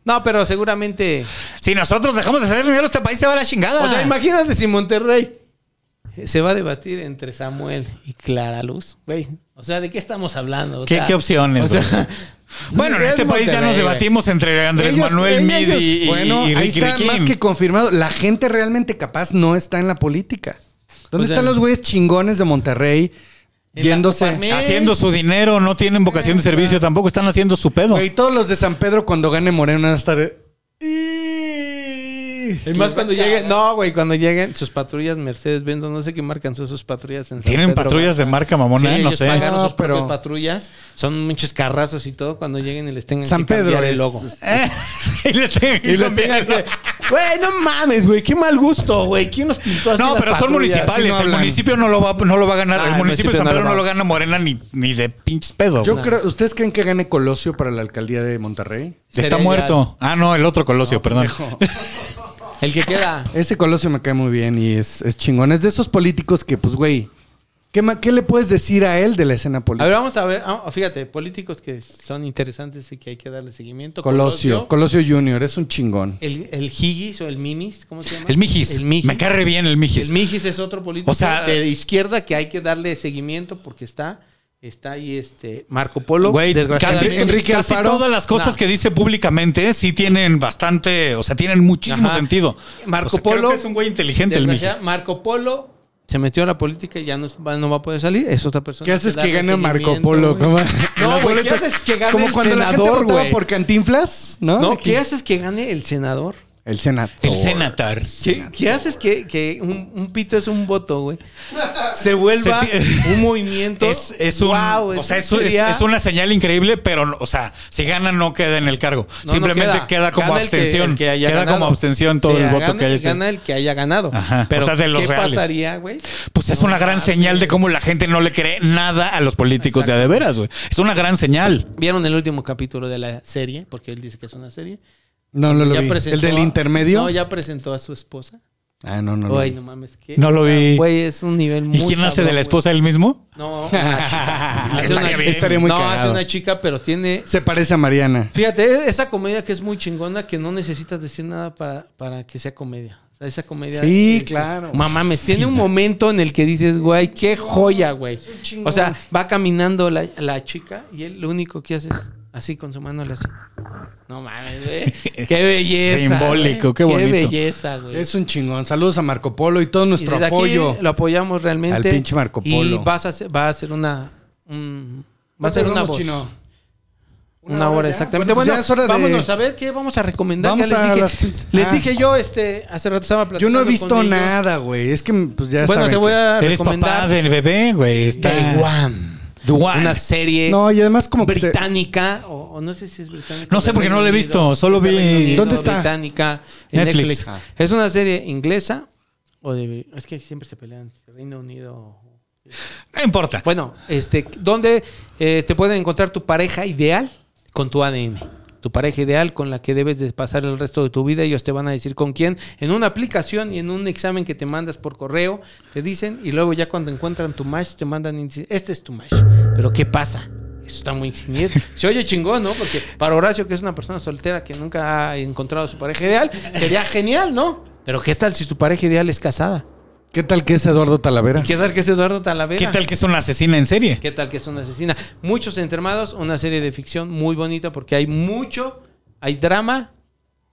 no, pero seguramente,
Si nosotros dejamos de hacer dinero, este país se va a la chingada.
o sea, imagínate si Monterrey se va a debatir entre Samuel y Clara Luz. Güey, o sea, ¿de qué estamos hablando? O
¿Qué,
sea,
qué opciones?
o sea,
güey? bueno, en
es
este país ya
Monterrey, güey.
nos debatimos entre Andrés
Ellos-
Manuel
ellos-
Mid y, y-
bueno,
y
ahí
Ricky
está más
Riquín.
que confirmado. La gente realmente capaz no está en la política. ¿Dónde
O sea,
están los güeyes chingones de Monterrey
Pues en la
yéndose?
Coparmex.
Haciendo su dinero, no tienen vocación de servicio tampoco, están haciendo su pedo.
Güey, Ah, todos los de San Pedro cuando gane Moreno van a estar...
y más cuando lleguen, no, güey, cuando lleguen sus patrullas Mercedes Benz, no sé qué marcan son sus patrullas en San
Tienen
Pedro.
patrullas de marca mamona, ¿eh?
Sí,
no
ellos
sé.
pagaron sus
No, pero-
propias patrullas. Son muchos carrazos y todo. Cuando lleguen y les tengan
San
que
Pedro
cambiar el
es-
logo.
Eh, y les tengo que
Y les
cambiar.
tengan que... Güey, no mames, güey. Qué mal gusto, güey. ¿Quién nos pintó así
No,
la
pero son
patrulla?
municipales.
no
el
hablan.
municipio no lo va, no lo va a ganar.
Ah,
el
el
municipio de
municipio
San
no
Pedro
lo
no
va.
lo gana Morena ni, ni de pinches pedo.
Yo
güey.
creo, ¿Ustedes creen que gane Colosio para la alcaldía de Monterrey?
Está
Sería
muerto. Ah, no, el otro Colosio, perdón.
El que queda.
Ese Colosio me cae muy bien y es, es chingón. Es de esos políticos que, pues, güey, ¿qué, ma- ¿qué le puedes decir a él de la escena
A
política?
ver, vamos a ver. ah, Fíjate, políticos que son interesantes y que hay que darle seguimiento.
Colosio, Colosio Junior, es un chingón.
El, el Higgis o el Minis, ¿cómo se llama?
El Mijis.
El Mijis.
Me cae re bien el Mijis.
El Mijis es otro político
O sea-
de izquierda que hay que darle seguimiento porque está, está ahí este Marco Polo.
Güey, casi,
desgraciadamente.
Enrique
casi
Alfaro.
todas las cosas
No.
que dice públicamente sí tienen bastante, o sea, tienen muchísimo
Ajá.
sentido.
Marco
O sea, creo
Polo
que es un güey inteligente el Mijis.
Desgraciada- Marco Polo se metió a la política y ya no, es- va- no va a poder salir. Es otra persona.
¿Qué haces que
darle
gane Marco
seguimiento,
Polo?
güey.
Como-
No, güey, ¿qué haces que gane
Como
el
cuando la
senador,
gente votaba
güey?
por Cantinflas, ¿no?
No,
Aquí.
¿qué haces que gane el senador?
El senador.
El Senatar.
¿Qué, qué haces que, que un, un pito es un voto, güey? Se vuelva
Se ti-
un movimiento.
Es, es un,
Guau,
o
eso
sea, es, es-
sería-
es una señal increíble, pero, no- o sea, si gana no queda en el cargo.
No, no
Simplemente queda. como
Gana el que-
abstención.
el que haya
queda como
ganado.
abstención todo
Sí,
el voto
gana-
que haya. sido.
Gana el que haya ganado.
Ajá,
Pero,
o sea, de los
¿qué
reales.
pasaría, güey?
Pues es
No
una gran
mames.
señal de cómo la gente no le cree nada a los políticos de a de veras, güey. Es una gran señal.
¿Vieron el último capítulo de la serie? Porque él dice que es una serie.
No, no lo
Ya
vi.
presentó
¿El del
a-
intermedio?
No, ya presentó a su esposa.
Ah, no, no. lo
Güey,
vi.
no mames. ¿qué?
No lo vi.
Güey, es un nivel muy
¿Y quién hace de
cabrón,
la
güey.
esposa él mismo?
No, una chica. Hace
Estaría bien.
Estaría muy
No, hace
cagado.
una chica, pero tiene...
Se parece a Mariana.
Fíjate, e- esa comedia que es muy chingona, que no necesitas decir nada para, para que sea comedia. O sea, esa comedia...
Sí,
este,
claro.
Mamá, me tiene un momento en el que dices, güey, qué joya, güey. O sea, va caminando la, la chica y él lo único que hace es así con su mano le hace. No mames, güey. Qué belleza.
Simbólico,
güey.
qué bonito.
Qué belleza, güey.
Es un chingón. Saludos a Marco Polo y todo
Y
nuestro
desde aquí
apoyo.
lo apoyamos realmente.
al pinche Marco
Y
Polo.
vas a hacer, va a ser una. un- va a ser
Bueno,
una
vamos,
voz.
chino.
Una, hora,
ya.
exactamente.
Bueno,
Bueno,
pues ya es hora de-
vámonos a ver qué vamos a recomendar.
Vamos
Ya
a
les dije,
las-
les
Ah.
dije yo, este, hace rato estaba
Yo
platicando.
no he
con
visto
ellos.
nada, güey. Es que, pues ya
Bueno,
saben
te voy
que-
a
Eres
recomendar.
papá del bebé, güey. Está...
The One.
The One.
Una serie
No, y además como que se-
británica, o, o no sé si es británica.
No sé,
del
porque no
Reino
la he
Unido,
visto, solo
del
vi-
Reino Unido,
¿Dónde está?
Británica, en
Netflix.
Netflix.
Ah.
Es una serie inglesa, o de- es que siempre se pelean, Reino Unido.
No importa.
Bueno, este, ¿dónde eh, te pueden encontrar tu pareja ideal con tu ADN? Tu pareja ideal con la que debes de pasar el resto de tu vida. Ellos te van a decir con quién. En una aplicación y en un examen que te mandas por correo, te dicen y luego ya cuando encuentran tu match, te mandan y dicen, este es tu match. Pero ¿qué pasa? Eso está muy siniestro. Se oye chingón, ¿no? Porque para Horacio, que es una persona soltera que nunca ha encontrado su pareja ideal, sería genial, ¿no? Pero ¿qué tal si tu pareja ideal es casada?
¿Qué tal que es Eduardo Talavera?
¿Qué tal que es Eduardo Talavera?
¿Qué tal que es una asesina en serie?
¿Qué tal que es una asesina? Muchos entermados, una serie de ficción muy bonita porque hay mucho, hay drama,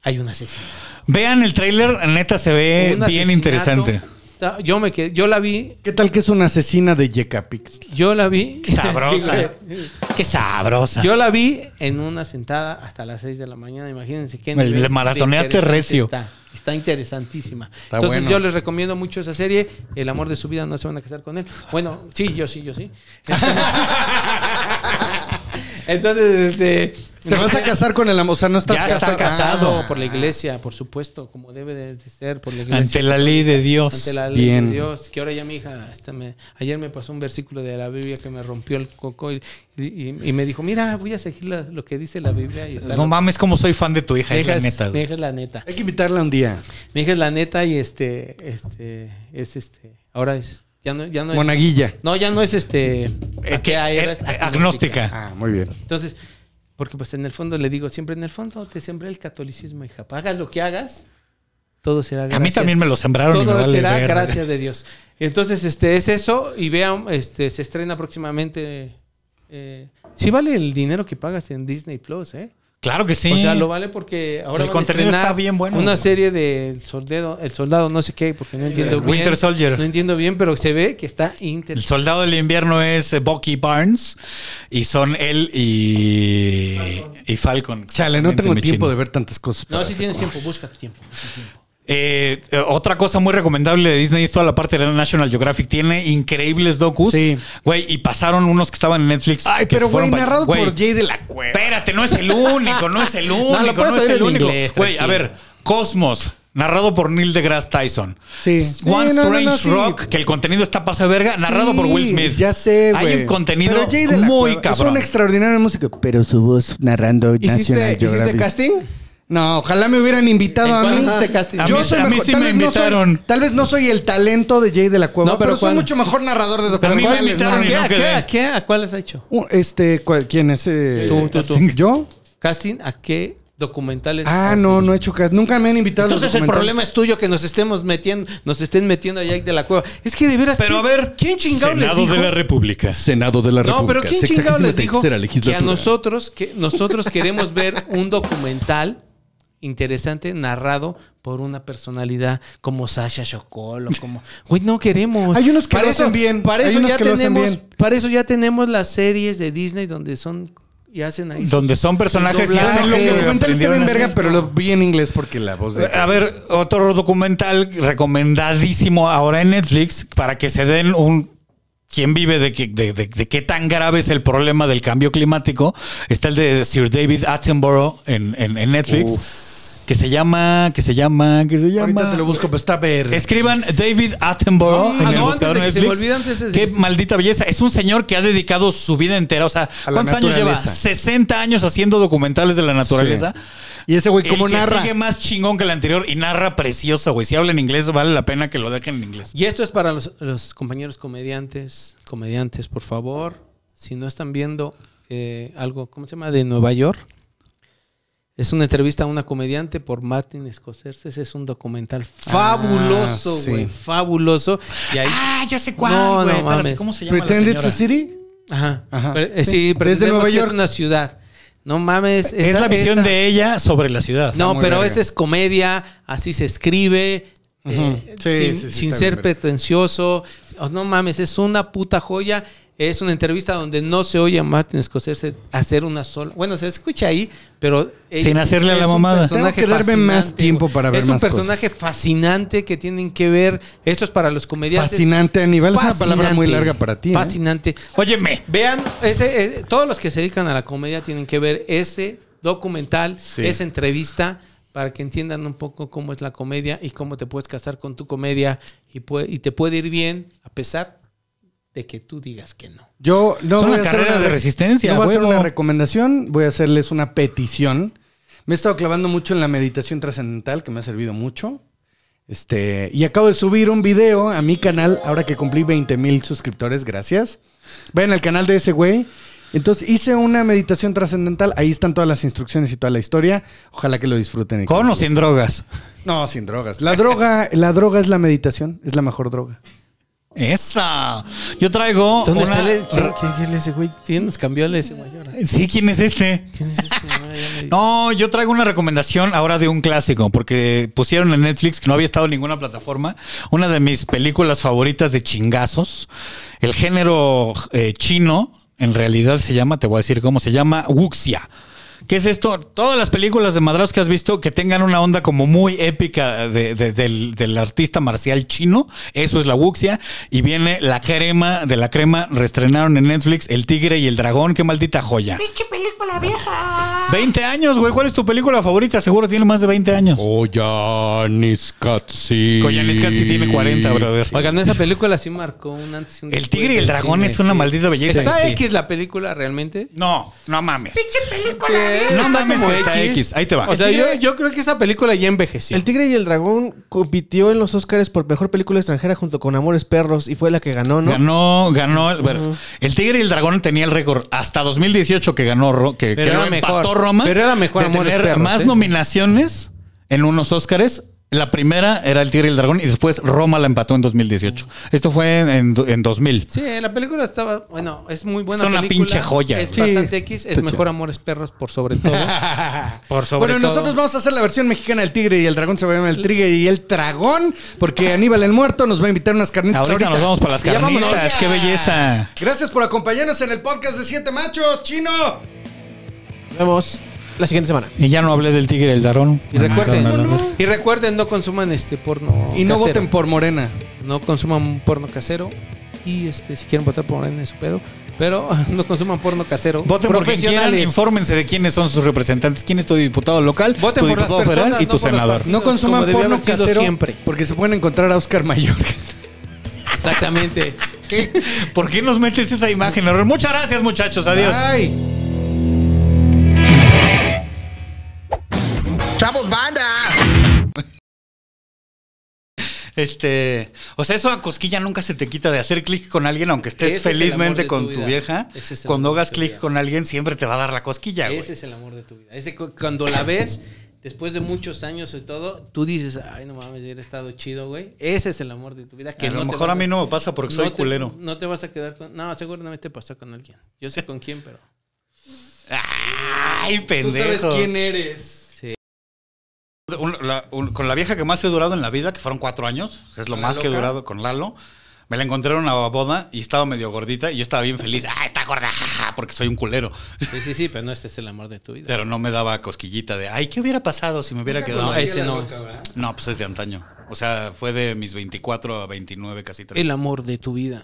hay un asesino.
Vean el tráiler, neta se ve
Un
Eh, bien
asesinato.
interesante.
Está- Yo me quedé, yo la vi,
¿Qué tal que es una asesina de Yecapix?
yo la vi.
Qué sabrosa.
Sí, güey.
Qué sabrosa.
yo la vi en una sentada hasta las 6 de la mañana, imagínense qué
Me-
nivel
le maratoneaste
de interesante
recio.
Está, Está interesantísima.
Está
Entonces
bueno.
yo les recomiendo mucho esa serie, El amor de su vida, no se van a casar con él. Bueno, sí, yo sí, yo sí. Entonces, este...
Te vas a casar con el amor. O sea, no estás
Ya está
casado.
casado.
por la iglesia, por supuesto, como debe de de ser por la iglesia.
Ante la ley de Dios.
Ante la ley
Bien.
de Dios. Que ahora ya mi hija, hasta me- ayer me pasó un versículo de la Biblia que me rompió el coco y, y- y me dijo, mira, voy a seguir la- lo que dice la Biblia. Y está
No
lo-
mames, como soy fan de tu hija,
mi
es la
hija es-
neta,
mi
güey.
hija es la neta.
Ah, Hay que invitarla un día.
Mi hija es la neta y este, este, es este, ahora es, ya no, ya no es.
Monaguilla.
No, ya no es este.
Eh, que-
atea,
eh,
era agnóstica.
agnóstica.
Ah, muy bien.
Entonces, porque pues en el fondo le digo siempre, en el fondo te sembré el catolicismo, hija. Hagas lo que hagas, Todo será
A mí
gracia-
también me lo sembraron y me
Todo
vale
será
verga.
gracias de Dios. Entonces, este es eso. Y vean, este se estrena próximamente. Eh, sí vale el dinero que pagas en Disney Plus, ¿eh?
Claro que sí.
O sea, lo vale porque ahora
El
van a
contenido
estrenar
está bien bueno.
Una serie del soldado, el soldado no sé qué, porque no entiendo bien.
Winter Soldier.
No entiendo bien, pero se ve que está
El
interesante.
soldado del invierno es eh, Bucky Barnes y son él y, y Falcon.
Chale, no
Exactamente,
tengo
mi
tiempo
chino.
de ver tantas cosas.
No, si tienes tiempo, busca tu tiempo. busca tu tiempo.
Eh, eh, otra cosa muy recomendable de Disney es toda la parte de la National Geographic. Tiene increíbles docus.
Sí.
Güey, y pasaron unos que estaban en Netflix.
Ay,
que
pero
se
güey,
fueron pa-
narrado
Güey,
por Jay de la Cueva.
Espérate, no es el único, no es el único, no,
lo puedes
es
oír
el
en
único.
inglés,
Güey, a
tranquilo.
ver, Cosmos, narrado por Neil deGrasse Tyson.
Sí.
S- One
Sí, no, no,
Strange
no, sí.
Rock, que el contenido está pase verga, narrado
Sí,
por Will Smith.
Ya sé, güey.
Hay un contenido
Pero Jay de la
muy
Cueva Es
cabrón.
un extraordinario músico.
Pero su voz narrando
¿Hiciste,
National
¿Hiciste
Geographic.
casting?
No, ojalá me hubieran invitado
¿En
a
cuál
mí.
hiciste casting?
A
Yo
mí-
soy
a mí
mejor-
sí
tal
me
vez no soy-
invitaron.
tal vez no soy el talento de Jay de la Cueva,
No, pero
pero, soy
¿cuál?
mucho mejor narrador de
Pero a mí me
documentales.
invitaron
¿no?
y
¿Qué,
no
a, qué,
quedé.
a qué- a cuál has hecho?
Uh, Este, ¿cuál- ¿quién es? eh?
Tú, tú, tú.
¿Yo?
¿Casting? ¿A qué documentales?
Ah,
has
no,
hecho?
no he hecho caso. Nunca me han invitado. a los
Entonces el
documentales.
problema es tuyo que nos estemos metiendo, nos estén metiendo a Jack de la Cueva. Es que de veras.
Pero a
¿quién-
ver,
¿quién chingado les
Senado
dijo?
de la República.
Senado de la
No, pero ¿quién chingado les dijo
63ª
que a nosotros, que nosotros queremos ver un documental interesante narrado por una personalidad como Sasha Sokol o como... Güey, no queremos.
Hay unos que lo hacen bien,
Para
hay
eso,
unos
ya
que lo hacen
tenemos,
bien.
para eso ya tenemos las series de Disney donde son... Y hacen ahí...
Donde son personajes y
Bueno,
Doblaje,
hacen lo
el
que
documental
Ah,
está
aprendieron Ah,
bien
a hacer.
verga, pero lo vi en inglés porque la voz de...
A ver, otro documental recomendadísimo ahora en Netflix para que se den un. ¿Quién vive de, que- de- de- de qué tan grave es el problema del cambio climático? Está el de Sir David Attenborough en, en- en Netflix. Que se llama, que se llama, que se
Ahorita
llama.
te lo busco, pero está verde.
Escriban David Attenborough
No,
en el
no,
buscador
antes de que se me
Netflix.
olvide, antes de-
Qué maldita belleza. Es un señor que ha dedicado su vida entera. O sea,
A la
¿cuántos años lleva?
naturaleza.
60 años haciendo documentales de la naturaleza.
Y ese güey,
El
¿cómo
que
narra?
sigue más chingón que el anterior y narra preciosa, güey. Si habla en inglés, vale la pena que lo dejen en inglés.
Y esto es para los, los compañeros comediantes. Comediantes, por favor, si no están viendo eh, algo, ¿cómo se llama? De Nueva York. Es una entrevista a una comediante por Martin Scorsese. Ese es un documental fabuloso,
Ah, sí.
güey. Fabuloso. Y ahí.
Ah, ya sé cuál,
No, no
güey. Espérate,
mames.
¿Cómo se llama la
Pretend it's a
señora?
city.
Ajá.
Ajá,
Pero, eh,
sí.
sí,
Desde
pero entendemos
Nueva
que
York.
Es una ciudad. No mames.
Es
esa-
la visión
esa-
de ella sobre la ciudad.
No,
muy
pero
verga.
esa es comedia, así se escribe. eh,
Ujú. Sí,
sin
sí, sí,
sin
está
ser
bien verga.
pretencioso. Oh, no mames, es una puta joya. Es una entrevista donde no se oye a Martin Scorsese hacer una sola. Bueno, se escucha ahí, pero.
Sin hacerle a la mamada.
Tengo que darme más
fascinante,
tiempo
güey.
para ver
Es un
más cosas.
personaje fascinante que tienen que ver. Esto es para los comediantes.
Fascinante, Aníbal. Es una palabra muy
Fascinante.
larga para ti. ¿eh?
Fascinante.
Óyeme.
Vean, ese, eh, todos los que se dedican a la comedia tienen que ver ese documental, esa entrevista, para que entiendan un poco cómo es la comedia y cómo te puedes casar con tu comedia y, pue- y te puede ir bien a pesar de que tú digas que no.
Yo no
Es
voy
una
a hacer
carrera de
re-
resistencia,
No voy a hacer
huevo.
una recomendación, voy a hacerles una petición. Me he estado clavando mucho en la meditación trascendental, que me ha servido mucho. Este, y acabo de subir un video a mi canal, ahora que cumplí 20 mil suscriptores, gracias. Vayan al canal de ese güey. Entonces hice una meditación trascendental, ahí están todas las instrucciones y toda la historia. Ojalá que lo disfruten. y que
Con o
les guste.
sin drogas.
No, sin drogas. La droga, la droga es la meditación, es la mejor droga.
Esa. Yo traigo.
¿Dónde
una-
está el, ¿quién, quién- quién es ese güey? Sí, nos cambió el ese mayor.
Sí, ¿quién es este?
¿Quién es este mayor? Ya me-
No, yo traigo una recomendación ahora de un clásico, porque pusieron en Netflix, que no había estado en ninguna plataforma, una de mis películas favoritas de chingazos. El género eh, chino, en realidad se llama, te voy a decir cómo se llama, Wuxia. ¿Qué es esto? Todas las películas de madras que has visto que tengan una onda como muy épica de- de- del, del artista marcial chino, eso es la wuxia. Y viene la crema de la crema, reestrenaron en Netflix El Tigre y el Dragón, qué maldita joya. 20 años, güey. ¿Cuál es tu película favorita? Seguro tiene más de 20 años.
Oyaniscatsi.
Koyaanisqatsi tiene 40, brother.
Oigan, esa película sí marcó un antes y un
El
después
tigre y el
del
dragón
cine,
es una
sí.
maldita belleza.
¿Está
Sí.
X la película realmente?
No, no mames.
Sí,
No
está
mames
como
que está X. Ahí te va.
O sea, yo, yo creo que esa película ya envejeció.
El Tigre y el Dragón compitió en los Oscars por mejor película extranjera junto con Amores Perros y fue la que ganó, ¿no?
Ganó, ganó. a ver, El Tigre y el Dragón tenía el récord hasta 2018 que ganó, Ro- que,
Pero
que
era
lo empató
mejor.
Roma.
Pero era mejor
de
Amores
tener
Perros,
más
¿eh?
nominaciones en unos Óscares. La primera era El Tigre y el Dragón y después Roma la empató en 2018. Esto fue en, en, en 2000.
Sí, la película estaba, bueno, es muy buena.
Es una
película,
pinche joya,
Es
güey.
bastante
Sí,
X, es
está
mejor
chido.
Amores Perros por sobre todo. por sobre
bueno,
todo.
nosotros vamos a hacer la versión mexicana del tigre y el dragón se va a llamar el tigre y el dragón, porque Aníbal el Muerto nos va a invitar unas carnitas.
Ahorita, nos vamos para las
Ya vámonos.
carnitas. ¡Qué belleza!
Gracias por acompañarnos en el podcast de Siete Machos, chino.
Nos vemos la siguiente semana.
Y ya no hablé del Tigre y el Dragón.
Y recuerden, y recuerden, no consuman este porno
Y no
casero.
voten por Morena.
No consuman porno casero. Y este, si quieren votar por Morena, es su pedo. Pero no consuman porno casero.
Voten por quien quieran,
Profesionales.
infórmense de quiénes son sus representantes, quién es tu diputado local,
Voten
tu
por las
diputado federal
personas,
y
no
tu
por los
senador.
partidos.
No consuman
como debió
porno
haber sido
casero
siempre.
porque se pueden encontrar a Oscar Mayorga.
Exactamente.
¿Por qué nos metes esa imagen? Aurora? Muchas gracias, muchachos. Adiós.
Ah.
Ay.
¡Chavos, banda!
Este, o sea, eso a cosquilla nunca se te quita de hacer clic con alguien, aunque estés
Ese es el amor
felizmente
de tu
con
vida.
tu vieja.
Ese es el
cuando
amor de
hagas
tu
clic
vida.
con alguien, siempre te va a dar la cosquilla, güey.
Ese es el amor de tu vida. Ese cu- cuando la ves, después de muchos años y todo, tú dices, ay, no mames, hubiera estado chido, güey. Ese es el amor de tu vida. Que
a
no
lo
te
mejor
vas
a mí no me pasa porque soy
te-
culero.
No te vas a quedar con. No, seguramente pasó con alguien. Yo sé con quién, pero.
Ay, pendejo.
eres.
Un- la- un- con la vieja que más he durado en la vida, que fueron cuatro años, es lo
¿La
más que he
loca?
durado con Lalo. Me la encontré en una boda y estaba medio gordita y yo estaba bien feliz. Ah, está gorda, jaja, porque soy un culero.
Sí, sí, sí, pero no, este es el amor de tu vida.
Pero no me daba cosquillita de, ay, ¿qué hubiera pasado si me hubiera quedado?
conocí
ahí?"
a ese no es.
No, pues es de antaño. O sea, fue de mis 24 a 29, casi 30.
El amor de tu vida.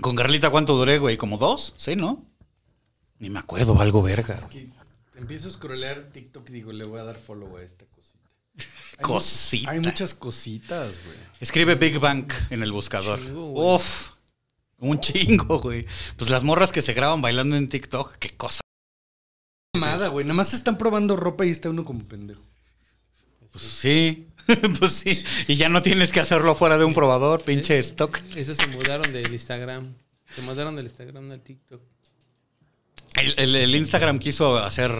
Con Carlita, ¿cuánto duré, güey? ¿Como dos? Sí, ¿no? Ni me acuerdo, algo verga.
Empiezo a scrollear TikTok y digo, le voy a dar follow a esta cosita.
Cosita.
Hay muchas cositas, güey.
Escribe Big Bang en el buscador.
chingo, güey.
Uf. Un chingo, güey. Pues las morras que se graban bailando en TikTok, qué cosa.
Mamada, güey. Nada más están probando ropa y está uno como pendejo.
Pues sí. pues sí. Y ya no tienes que hacerlo fuera de un probador,
Eh,
pinche stock.
Esos se mudaron del Instagram. Se mudaron del Instagram al TikTok.
El, el- el Instagram quiso hacer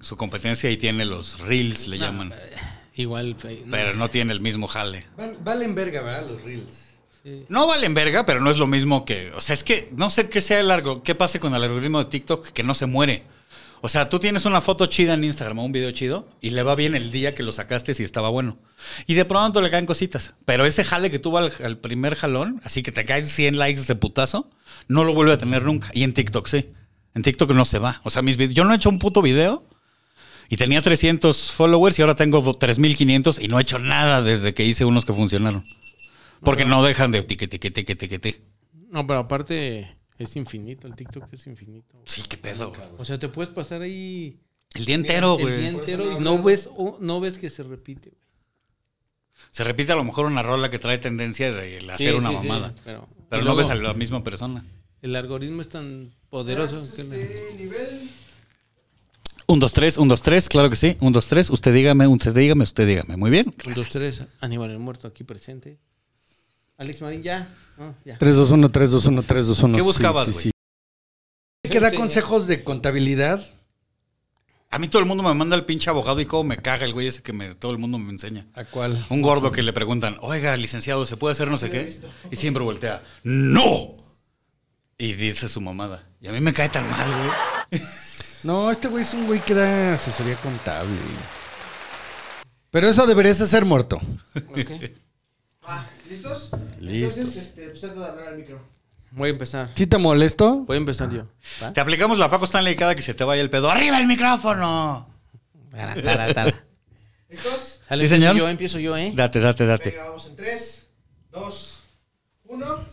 su competencia y tiene los reels, le llaman.
Igual. fe- no,
Pero no tiene el mismo jale.
valen verga, ¿verdad? Los reels.
sí.
No valen verga, pero no es lo mismo que. O sea, es que no sé qué sea el algo, qué pase con el algoritmo de TikTok que no se muere. O sea, tú tienes una foto chida en Instagram o un video chido y le va bien el día que lo sacaste si estaba bueno. Y de pronto le caen cositas. Pero ese jale que tuvo al, al primer jalón, así que te caen 100 likes de putazo, no lo vuelve a tener nunca. Y en TikTok sí. En TikTok no se va. O sea, mis vid- yo no he hecho un puto video y tenía 300 followers y ahora tengo do- 3500 y no he hecho nada desde que hice unos que funcionaron. Porque no dejan de tiqui, tiqui, tiqui, tiqui, tiqui.
No, pero aparte es infinito. El TikTok es infinito.
Sí, qué pedo, güey.
O sea, te puedes pasar ahí.
El día entero,
El día
güey.
entero y no ves, o- no ves que se repite. güey.
Se repite a lo mejor una rola que trae tendencia de el hacer
Sí,
una
sí, sí,
mamada.
pero
Pero
y
no
luego,
ves a la misma persona.
El algoritmo es tan poderoso. Pues, Que
Un, dos, tres, un, dos, tres, claro que sí. Un, dos, tres, usted dígame, usted dígame, usted dígame. Muy bien.
Un, dos, tres. Aníbal el Muerto aquí presente. Alex Marín, ya. No, ya.
3, 2, 1, 3, 2, 1, 3, 2, 1.
¿Qué buscabas, güey?
Que da
Sí.
consejos de contabilidad.
A mí todo el mundo me manda el pinche abogado y cómo me caga el güey ese que me, todo el mundo me enseña.
¿A cuál?
Un gordo que le preguntan, oiga, licenciado, ¿se puede hacer no sé qué? Y siempre voltea, ¡no! Y dice su mamada. Y a mí me cae tan mal, güey.
No, este güey es un güey que da asesoría contable. Pero eso deberías hacer muerto.
Ah, ¿Listos?
Listo.
este, pues trata de hablar al micro.
Voy a empezar.
¿Sí te molesto?
Voy a empezar yo. ¿va?
Te aplicamos la Paco Stanley cada que se te vaya el pedo. ¡Arriba el micrófono!
Tara, tara, tara.
¿Listos?
Sale,
Sí,
empiezo
señor.
Yo empiezo yo, ¿eh?
Date, date, date.
vamos en 3, 2, 1.